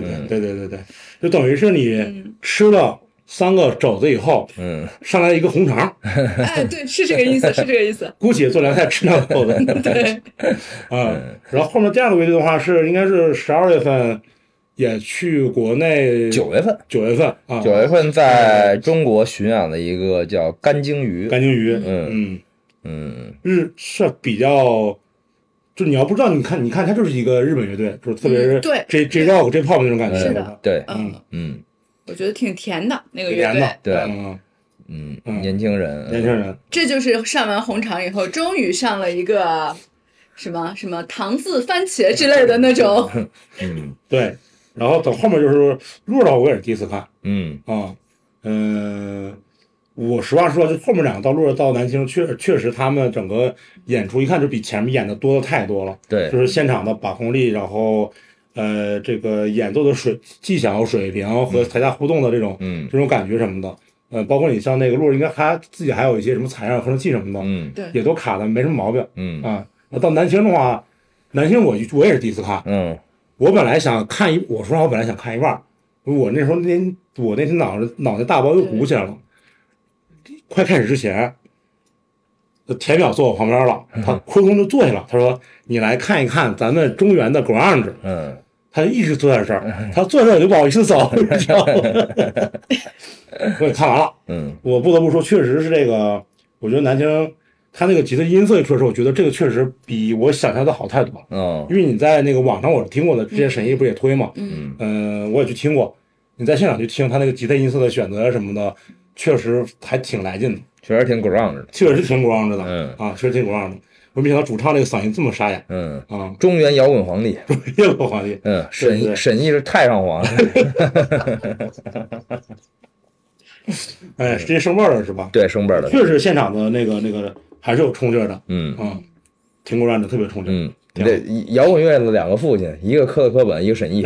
[SPEAKER 2] 对
[SPEAKER 1] 嗯
[SPEAKER 2] 对对对对对，就等于是
[SPEAKER 3] 嗯
[SPEAKER 2] 你吃了三个肘子以后，
[SPEAKER 1] 嗯
[SPEAKER 2] 上来一个红肠，
[SPEAKER 3] 哎，对，是这个意思，是这个意思。
[SPEAKER 2] 姑且做凉菜吃两口子
[SPEAKER 1] 嗯
[SPEAKER 3] 对，
[SPEAKER 2] 啊。然后后面第二个乐队的话是应该是十二月份也去国内
[SPEAKER 1] 九月份，
[SPEAKER 2] 九月份啊，
[SPEAKER 1] 九月份在中国巡演的一个叫干鲸鱼，
[SPEAKER 2] 干鲸鱼，
[SPEAKER 1] 嗯
[SPEAKER 2] 嗯，
[SPEAKER 1] 嗯
[SPEAKER 2] 日是比较。就你要不知道，你看，你看，它就是一个日本乐队，就是特别是
[SPEAKER 3] 嗯对
[SPEAKER 2] J J Rock J Pop 那种感觉，
[SPEAKER 1] 是
[SPEAKER 3] 的
[SPEAKER 1] 对，
[SPEAKER 3] 嗯，
[SPEAKER 1] 嗯
[SPEAKER 3] 我觉得挺甜的那个乐
[SPEAKER 2] 甜的
[SPEAKER 3] 队，，
[SPEAKER 1] 对
[SPEAKER 2] 嗯，
[SPEAKER 1] 嗯，
[SPEAKER 2] 嗯
[SPEAKER 1] 年轻人，
[SPEAKER 2] 年轻人，
[SPEAKER 3] 这就是上完红场以后，终于上了一个什么什么糖渍番茄之类的那种。
[SPEAKER 1] 嗯
[SPEAKER 2] 对。然后等后面就是路上，我也是第一次看，
[SPEAKER 1] 嗯
[SPEAKER 2] 啊，嗯、我实话说，就后面两个到路到南京，确确实他们整个演出一看就比前面演的多的太多了，
[SPEAKER 1] 对
[SPEAKER 2] 就是现场的把控力，然后呃，这个演奏的水技巧水平和台下互动的这种、
[SPEAKER 1] 嗯
[SPEAKER 2] 这种感觉什么的，呃，包括你像那个路，应该还自己还有一些什么采样合成器什么的，
[SPEAKER 1] 嗯
[SPEAKER 3] 对，
[SPEAKER 2] 也都卡的没什么毛病
[SPEAKER 1] 嗯嗯
[SPEAKER 2] 啊。那到南京的话，南京我我也是第一次看，
[SPEAKER 1] 嗯
[SPEAKER 2] 我本来想看一，我说实话，我本来想看一半儿，我那时候那我那天脑子脑袋大包又鼓起来了。快开始之前，田淼坐我旁边了，他哐哐就坐下了，他说：“你来看一看咱们中原的 ground。”
[SPEAKER 1] 嗯
[SPEAKER 2] 他就一直坐在这儿，他坐这儿我就不好意思走，你知道吗？ 我给看完了，
[SPEAKER 1] 嗯
[SPEAKER 2] 我不得不说，确实是这个，我觉得南京他那个吉他音色一出来的时候，我觉得这个确实比我想象的好太多了。
[SPEAKER 1] 哦
[SPEAKER 2] 因为你在那个网上我是听过的，之前沈毅不是也推嘛，
[SPEAKER 1] 嗯
[SPEAKER 2] 嗯，我也去听过，你在现场去听他那个吉他音色的选择什么的，确实还挺来劲的，
[SPEAKER 1] 确实挺 ground 的，
[SPEAKER 2] 确实挺光着的，
[SPEAKER 1] 嗯
[SPEAKER 2] 啊，确实挺光着的。我没想到主唱这个嗓音这么沙哑
[SPEAKER 1] 嗯，
[SPEAKER 2] 啊，
[SPEAKER 1] 中原摇滚皇帝，
[SPEAKER 2] 这个皇帝，
[SPEAKER 1] 嗯，
[SPEAKER 2] 对
[SPEAKER 1] 沈
[SPEAKER 2] 对
[SPEAKER 1] 毅沈毅是太上皇，嗯
[SPEAKER 2] 哎，直接生味儿了是吧？
[SPEAKER 1] 对，生辈儿的，
[SPEAKER 2] 确实现场的那个那个还是有冲劲儿的，
[SPEAKER 1] 嗯
[SPEAKER 2] 啊，挺光着，特别冲 劲儿。
[SPEAKER 1] 嗯，你这摇滚乐的两个父亲，一个科特·科本，一个沈 毅，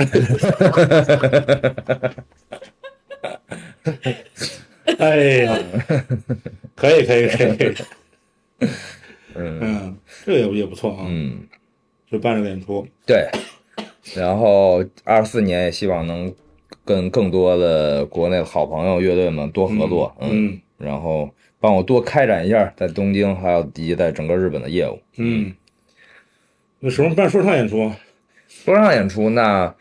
[SPEAKER 2] 哎 呀，可以可以可以，可以，嗯，这个也也不错啊，
[SPEAKER 1] 嗯，
[SPEAKER 2] 就办这个演出，
[SPEAKER 1] 对。然后二四年也希望能跟更多的国内的好朋友乐队们多合作，嗯，
[SPEAKER 2] 嗯
[SPEAKER 1] 然后帮我多开展一下在东京还有以及在整个日本的业务。
[SPEAKER 2] 嗯。那什么时候办说唱演出啊？
[SPEAKER 1] 说唱演出那，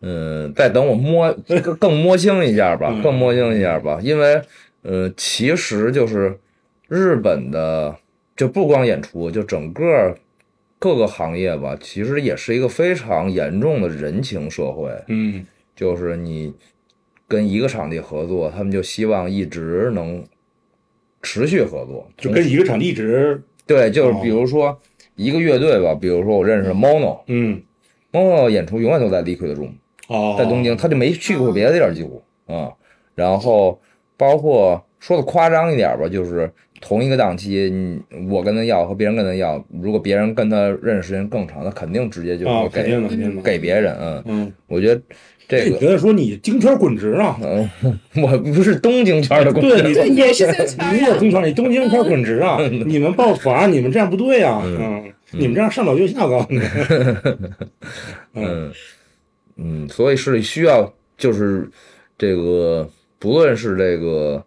[SPEAKER 1] 嗯，再等我摸更更摸清一下吧
[SPEAKER 2] 嗯，
[SPEAKER 1] 更摸清一下吧，因为呃，其实就是日本的，就不光演出，就整个各个行业吧，其实也是一个非常严重的人情社会，
[SPEAKER 2] 嗯
[SPEAKER 1] 就是你跟一个场地合作，他们就希望一直能持续合作，
[SPEAKER 2] 就跟一个场地一直，
[SPEAKER 1] 对，就是
[SPEAKER 2] 哦
[SPEAKER 1] 比如说一个乐队吧，比如说我认识的 Mono。
[SPEAKER 2] 嗯，
[SPEAKER 1] Mono 演出永远都在 Liquid Room，
[SPEAKER 2] 哦，
[SPEAKER 1] 啊在东京，他就没去过别的地儿几乎啊、然后包括说的夸张一点吧，就是同一个档期，你我跟他要和别人跟他要，如果别人跟他认识时间更长，他肯定直接就
[SPEAKER 2] 啊
[SPEAKER 1] 会，
[SPEAKER 2] 肯
[SPEAKER 1] 给、
[SPEAKER 2] 定的，肯定的。
[SPEAKER 1] 给别人。嗯，
[SPEAKER 2] 嗯，
[SPEAKER 1] 我觉得这
[SPEAKER 2] 你
[SPEAKER 1] 个
[SPEAKER 2] 觉得说你京圈滚直呢？
[SPEAKER 1] 嗯， 我不是东京圈的工
[SPEAKER 2] 对，
[SPEAKER 1] 人，
[SPEAKER 2] 你
[SPEAKER 3] 对
[SPEAKER 2] 东
[SPEAKER 3] 也
[SPEAKER 2] 京
[SPEAKER 3] 是
[SPEAKER 2] 圈，
[SPEAKER 3] 京圈啊
[SPEAKER 2] 你也京圈，你东京圈滚直啊！你们抱团，你们这样不对啊！
[SPEAKER 1] 嗯
[SPEAKER 2] 嗯，你们这样上早就下告诉你。
[SPEAKER 1] 嗯嗯，所以是需要就是这个，不论是这个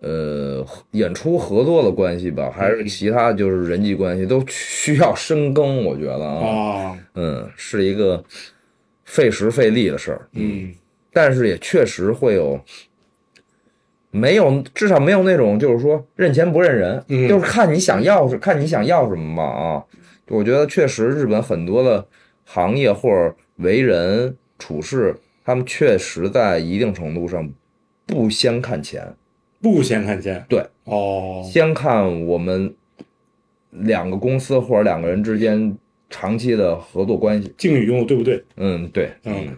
[SPEAKER 1] 呃合演出合作的关系吧，还
[SPEAKER 2] 嗯
[SPEAKER 1] 是其他就是人际关系，都需要深耕。我觉得啊，
[SPEAKER 2] 啊，
[SPEAKER 1] 嗯，是一个费时费力的事儿，
[SPEAKER 2] 嗯，
[SPEAKER 1] 但是也确实会有。没有，至少没有那种就是说认钱不认人，
[SPEAKER 2] 嗯
[SPEAKER 1] 就是看你想要是看你想要什么吧啊。我觉得确实日本很多的行业或者为人处事，他们确实在一定程度上不先看钱，
[SPEAKER 2] 不先看见。
[SPEAKER 1] 对，
[SPEAKER 2] 哦，
[SPEAKER 1] 先看我们两个公司或者两个人之间长期的合作关系。
[SPEAKER 2] 敬语用的对不对？
[SPEAKER 1] 嗯，对，
[SPEAKER 2] 嗯，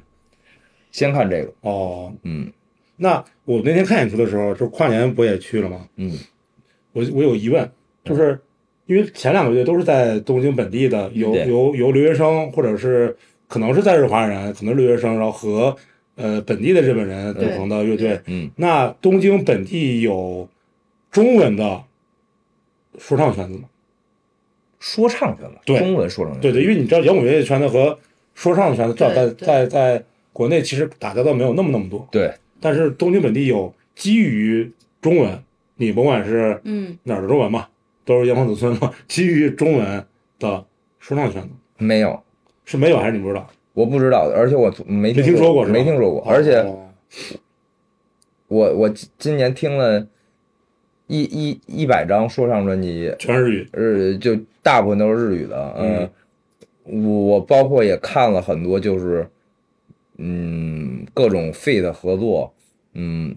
[SPEAKER 1] 先看这个，
[SPEAKER 2] 哦，
[SPEAKER 1] 嗯
[SPEAKER 2] 那我那天看演出的时候，就是跨年不也去了吗？
[SPEAKER 1] 嗯
[SPEAKER 2] 我我有疑问，就是因为前两个月都是在东京本地的，由
[SPEAKER 1] 对
[SPEAKER 2] 由由留学生或者是可能是在日华人，可能是留学生，然后和呃本地的日本人组成的乐队。
[SPEAKER 1] 嗯，
[SPEAKER 2] 那东京本地有中文的说唱圈子吗？
[SPEAKER 1] 说唱去了，
[SPEAKER 2] 对
[SPEAKER 1] 中文说唱去了
[SPEAKER 2] 对对，因为你知道摇滚乐圈子和说唱圈子，至少在
[SPEAKER 3] 对对
[SPEAKER 2] 在在国内其实打交道没有那么那么多，
[SPEAKER 1] 对，
[SPEAKER 2] 但是东京本地有基于中文，你甭管是
[SPEAKER 3] 嗯，
[SPEAKER 2] 哪儿的中文嘛，都是炎黄子孙嘛， 基于中文的说唱圈子
[SPEAKER 1] 没有，
[SPEAKER 2] 是没有还是你不知道？
[SPEAKER 1] 我不知道，而且我从没
[SPEAKER 2] 没听说过是吧？
[SPEAKER 1] 没听说过，而且
[SPEAKER 2] 哦
[SPEAKER 1] 我我今今年听了一一一百张说唱专辑，
[SPEAKER 2] 全日语，
[SPEAKER 1] 日就大部分都是日语的，
[SPEAKER 2] 嗯
[SPEAKER 1] 嗯，我包括也看了很多，就是嗯各种 feat 合作，嗯，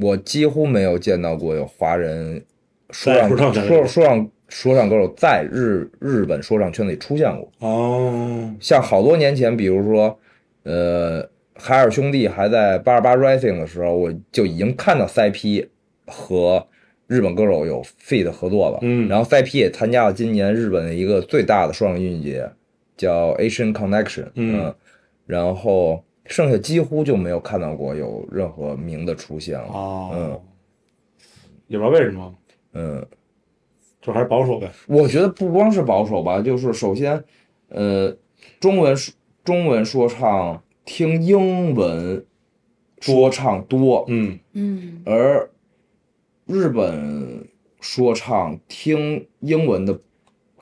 [SPEAKER 1] 我几乎没有见到过有华人说
[SPEAKER 2] 在
[SPEAKER 1] 唱
[SPEAKER 2] 说唱圈里
[SPEAKER 1] 说说唱说唱歌手在日日本说唱圈里出现过。
[SPEAKER 2] 哦，
[SPEAKER 1] 像好多年前，比如说，呃，海尔兄弟还在八十八 Rising 的时候，我就已经看到 CP 和日本歌手有 feat 合作了。
[SPEAKER 2] 嗯
[SPEAKER 1] 然后 CP 也参加了今年日本的一个最大的说唱音乐节，叫 Asian Connection
[SPEAKER 2] 嗯
[SPEAKER 1] 然后剩下几乎就没有看到过有任何名的出现了。
[SPEAKER 2] 哦，
[SPEAKER 1] 嗯
[SPEAKER 2] 也不知道为什么，
[SPEAKER 1] 嗯，
[SPEAKER 2] 就还是保守呗。
[SPEAKER 1] 我觉得不光是保守吧，就是首先，呃，中文说中文说唱听英文说唱多，
[SPEAKER 2] 嗯，
[SPEAKER 3] 嗯，
[SPEAKER 1] 而日本说唱听英文的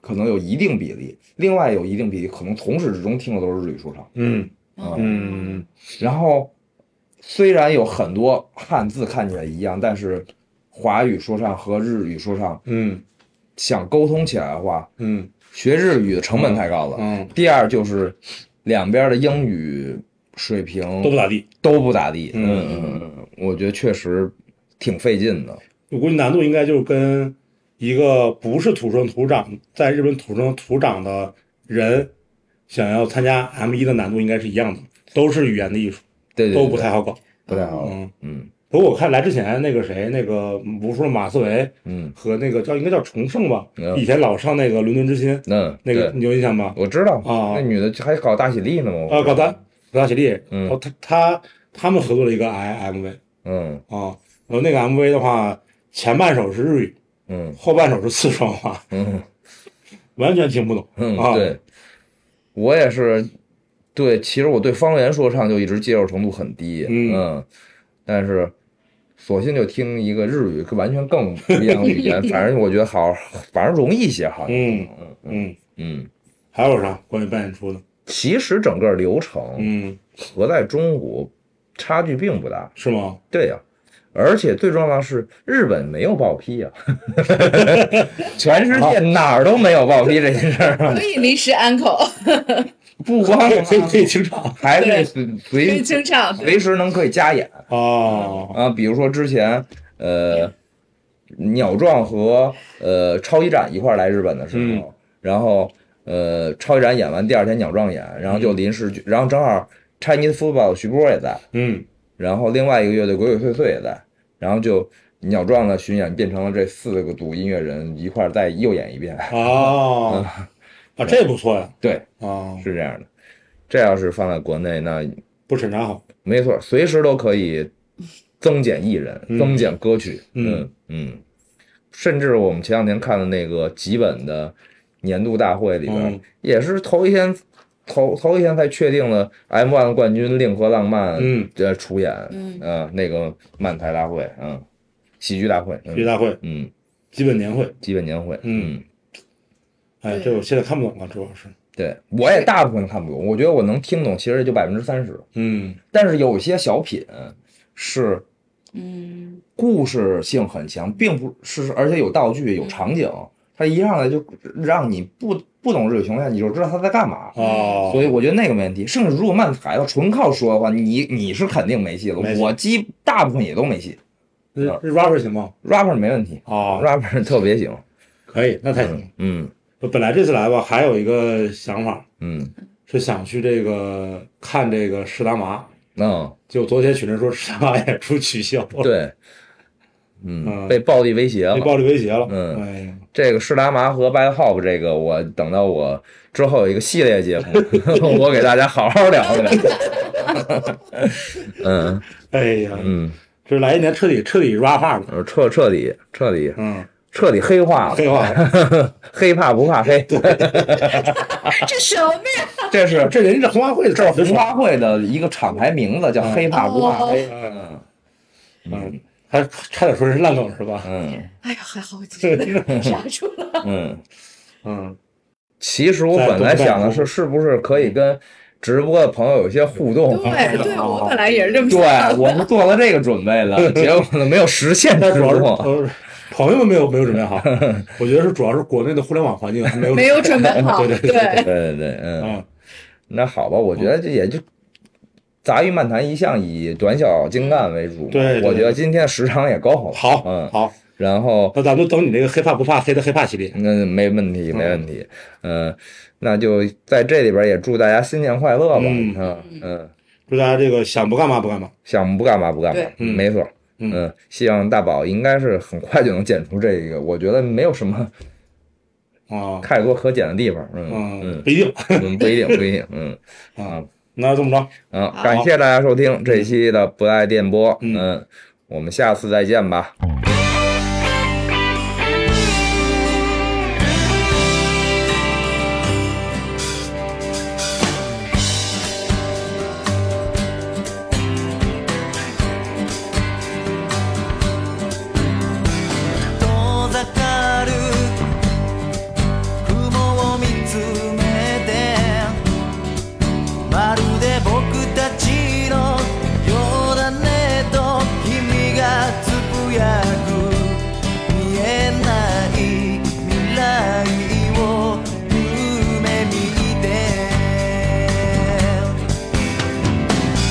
[SPEAKER 1] 可能有一定比例，另外有一定比例可能从始至终听的都是日语说唱。
[SPEAKER 2] 嗯
[SPEAKER 1] 啊
[SPEAKER 2] 嗯，
[SPEAKER 1] 然后虽然有很多汉字看起来一样，但是华语说唱和日语说唱
[SPEAKER 2] 嗯
[SPEAKER 1] 想沟通起来的话，
[SPEAKER 2] 嗯
[SPEAKER 1] 学日语的成本太高了。
[SPEAKER 2] 嗯，
[SPEAKER 1] 第二就是两边的英语水平
[SPEAKER 2] 都不咋地。
[SPEAKER 1] 都不咋地。
[SPEAKER 2] 嗯
[SPEAKER 1] 嗯嗯，嗯我觉得确实挺费劲的。
[SPEAKER 2] 我估计难度应该就是跟一个不是土生土长在日本土生土长的人想要参加 M 一的难度应该是一样的，都是语言的艺术，
[SPEAKER 1] 对对对
[SPEAKER 2] 都不太好搞。
[SPEAKER 1] 不太好。
[SPEAKER 2] 嗯，
[SPEAKER 1] 嗯
[SPEAKER 2] 不过我看来之前那个谁，那个不是马思唯
[SPEAKER 1] 嗯，
[SPEAKER 2] 和那个叫应该叫崇圣吧，
[SPEAKER 1] 嗯
[SPEAKER 2] 以前老上那个伦敦之星，
[SPEAKER 1] 那
[SPEAKER 2] 那个
[SPEAKER 1] 对
[SPEAKER 2] 你有印象吗？
[SPEAKER 1] 我知道
[SPEAKER 2] 啊
[SPEAKER 1] 那女的还搞大喜力呢嘛。
[SPEAKER 2] 啊，搞大搞大喜力，
[SPEAKER 1] 嗯
[SPEAKER 2] 然后哦他他他们合作了一个 I MV
[SPEAKER 1] 嗯
[SPEAKER 2] 啊，然后那个 MV 的话，前半首是日语，
[SPEAKER 1] 嗯
[SPEAKER 2] 后半首是四川话，
[SPEAKER 1] 嗯
[SPEAKER 2] 完全听不懂。啊
[SPEAKER 1] 嗯，对，我也是。对，其实我对方言说唱就一直接受程度很低。
[SPEAKER 2] 嗯
[SPEAKER 1] 嗯，但是。索性就听一个日语，完全更不一样的语 言。反正我觉得好，反正容易一些，好像。
[SPEAKER 2] 嗯
[SPEAKER 1] 嗯
[SPEAKER 2] 嗯，
[SPEAKER 1] 嗯，
[SPEAKER 2] 还有啥关于办演出的？
[SPEAKER 1] 其实整个流程
[SPEAKER 2] 嗯，
[SPEAKER 1] 和在中国差距并不大，
[SPEAKER 2] 是吗？
[SPEAKER 1] 对呀、而且最重要的是，日本没有报批呀、 全世界哪儿都没有报批这件事儿，啊
[SPEAKER 3] 可以临时 uncle，
[SPEAKER 1] 不光
[SPEAKER 2] 可以可以可以清场
[SPEAKER 1] 还可以随
[SPEAKER 3] 以
[SPEAKER 1] 随
[SPEAKER 3] 清唱，
[SPEAKER 1] 随时能可以加演
[SPEAKER 2] 哦，
[SPEAKER 1] 啊，比如说之前呃，鸟壮和呃超一展一块儿来日本的时候，然后呃超一展演完第二天鸟壮演，然后就临时就，然后正好 Chinese Football 徐波也在，
[SPEAKER 2] 嗯
[SPEAKER 1] 然后另外一个乐队鬼鬼祟祟也在，然后就鸟壮的巡演变成了这四个组音乐人一块儿再又演一遍。
[SPEAKER 2] 哦，啊，这不错呀，
[SPEAKER 1] 对，
[SPEAKER 2] 啊，
[SPEAKER 1] 是这样的。这要是放在国内，那
[SPEAKER 2] 不审查好，
[SPEAKER 1] 没错，随时都可以增减艺人、增减歌曲。
[SPEAKER 2] 嗯
[SPEAKER 1] 嗯，甚至我们前两天看的那个吉本的年度大会里边，
[SPEAKER 2] 嗯
[SPEAKER 1] 也是头一天。头头一天才确定了 M One 冠军令和浪漫，
[SPEAKER 2] 嗯，
[SPEAKER 1] 呃，出演，
[SPEAKER 3] 嗯
[SPEAKER 1] 呃，那个漫才大会，嗯，喜剧大会，嗯
[SPEAKER 2] 喜剧大会、
[SPEAKER 1] 嗯，
[SPEAKER 2] 基本年会，
[SPEAKER 1] 基本年会，
[SPEAKER 2] 嗯
[SPEAKER 1] 嗯，
[SPEAKER 2] 哎，
[SPEAKER 3] 对
[SPEAKER 2] 这我现在看不懂啊了，主要是，
[SPEAKER 1] 对我也大部分看不懂，我觉得我能听懂，其实也就百分之三十，
[SPEAKER 2] 嗯
[SPEAKER 1] 但是有一些小品是
[SPEAKER 3] 嗯，
[SPEAKER 1] 故事性很强，并不是，而且有道具、有场景，它一上来就让你不不懂这个情况下，你就知道他在干嘛。
[SPEAKER 2] 哦，
[SPEAKER 1] 所以我觉得那个没问题，甚至如果漫才要纯靠说的话，你你是肯定没戏了
[SPEAKER 2] 没。戏
[SPEAKER 1] 我基大部分也都没戏
[SPEAKER 2] 那那 rapper 行吗？
[SPEAKER 1] ，rapper 没问题
[SPEAKER 2] 哦，
[SPEAKER 1] ，rapper 特别行。
[SPEAKER 2] 可以，那太行了。
[SPEAKER 1] 嗯
[SPEAKER 2] 我本来这次来吧，还有一个想法
[SPEAKER 1] 嗯
[SPEAKER 2] 是想去这个看这个石达麻，
[SPEAKER 1] 嗯，
[SPEAKER 2] 就昨天群人说石达麻演出取消了，
[SPEAKER 1] 对，
[SPEAKER 2] 嗯
[SPEAKER 1] 嗯，被暴力威胁了
[SPEAKER 2] 被。暴力威胁了。
[SPEAKER 1] 嗯
[SPEAKER 2] 哎呀，
[SPEAKER 1] 这个施达麻和 Bad Hop 这个，我等到我之后有一个系列节目， 我给大家好好聊 一聊。嗯
[SPEAKER 2] 哎呀，
[SPEAKER 1] 嗯，
[SPEAKER 2] 这来一年彻底彻底 rap 化了，
[SPEAKER 1] 彻彻底彻底
[SPEAKER 2] 嗯，
[SPEAKER 1] 彻底黑化了，
[SPEAKER 2] 黑化了。
[SPEAKER 1] 黑怕不怕黑，
[SPEAKER 3] 这什么呀？
[SPEAKER 1] 这是
[SPEAKER 2] 这人家红花会
[SPEAKER 1] 这是
[SPEAKER 2] 红
[SPEAKER 1] 红花会的一个厂牌名字，叫
[SPEAKER 2] 嗯
[SPEAKER 1] 黑怕不怕黑。
[SPEAKER 2] 嗯嗯，还差点说是烂梗是吧？
[SPEAKER 1] 嗯
[SPEAKER 3] 哎呀，还好我记得刹住了。
[SPEAKER 1] 嗯，
[SPEAKER 2] 嗯，
[SPEAKER 1] 其实我本来想的是，是不是可以跟直播的朋友有一些互动？
[SPEAKER 3] 对对，我本来也是这么
[SPEAKER 1] 对
[SPEAKER 3] 想的。，
[SPEAKER 1] 我们做了这个准备 的，结果呢没有实现
[SPEAKER 2] 但
[SPEAKER 1] 这
[SPEAKER 2] 主
[SPEAKER 1] 个
[SPEAKER 2] 要
[SPEAKER 1] 活
[SPEAKER 2] 是
[SPEAKER 1] 动。
[SPEAKER 2] 呃朋友们没有没有准备好，我觉得是主要是国内的互联网环境还没有
[SPEAKER 3] 没有准备好，
[SPEAKER 2] 对对
[SPEAKER 1] 对
[SPEAKER 3] 对，
[SPEAKER 1] 对对，嗯，
[SPEAKER 2] 啊，
[SPEAKER 1] 那好吧，我觉得这也就。杂鱼漫谈一向以短小精干为主嘛，
[SPEAKER 2] 对对
[SPEAKER 1] 我觉得今天时长也够了。
[SPEAKER 2] 好
[SPEAKER 1] 嗯，
[SPEAKER 2] 好，
[SPEAKER 1] 然后
[SPEAKER 2] 那咱们等你这个黑怕不怕黑的黑怕系列。
[SPEAKER 1] 那没问题，没问题，嗯，那就在这里边也祝大家新年快乐吧，
[SPEAKER 2] 嗯
[SPEAKER 1] 嗯嗯，
[SPEAKER 2] 祝大家这个想不干嘛不干嘛。
[SPEAKER 1] 想不干嘛不干嘛
[SPEAKER 3] 对，
[SPEAKER 2] 嗯
[SPEAKER 1] 没错，
[SPEAKER 2] 嗯
[SPEAKER 1] 嗯，希望大宝应该是很快就能剪出这个，我觉得没有什么
[SPEAKER 2] 啊，
[SPEAKER 1] 太多可剪的地方，嗯
[SPEAKER 2] 嗯，
[SPEAKER 1] 嗯
[SPEAKER 2] 不一定
[SPEAKER 1] 嗯，不一定不一定，嗯。
[SPEAKER 2] 啊。那这么着，
[SPEAKER 1] 啊，感谢大家收听这一期的不爱电波，嗯我们下次再见吧。
[SPEAKER 4] 遠ざかる雲を見つめてまるで僕たちのようだねと君がつぶやく見えない未来を夢見て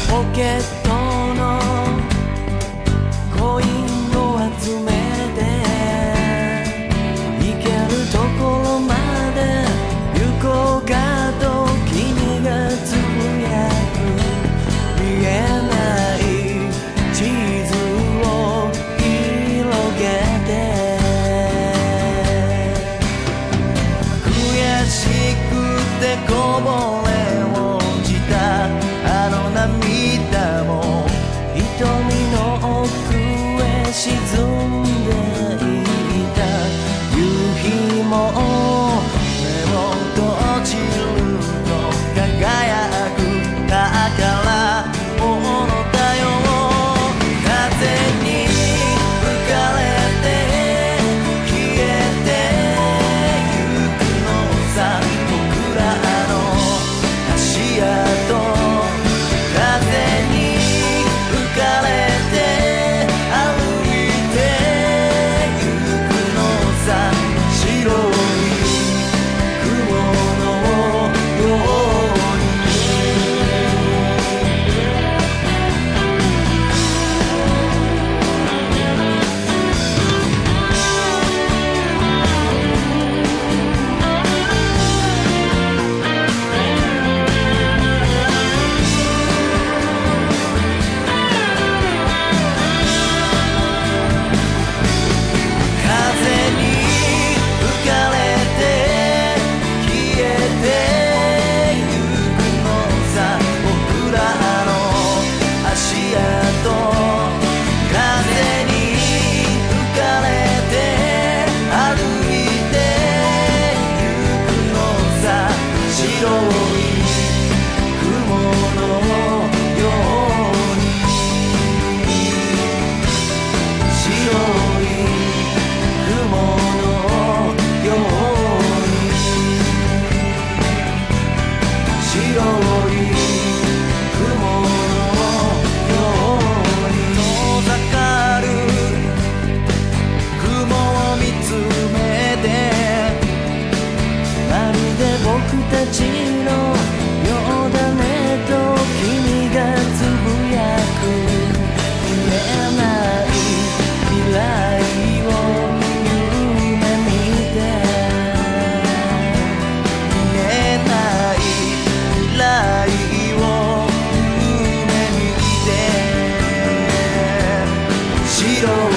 [SPEAKER 4] ポケットのコインを集めて行けるところまで行こうかと君がつぶやく見えない地図を広げて悔しくてこぼれ落ちたあの涙も瞳の奥へ沈んでいた夕日も目を閉じると輝く宝物だよ風に吹かれて消えてゆく僕のさ僕らの足跡風に浮かれて歩いて色を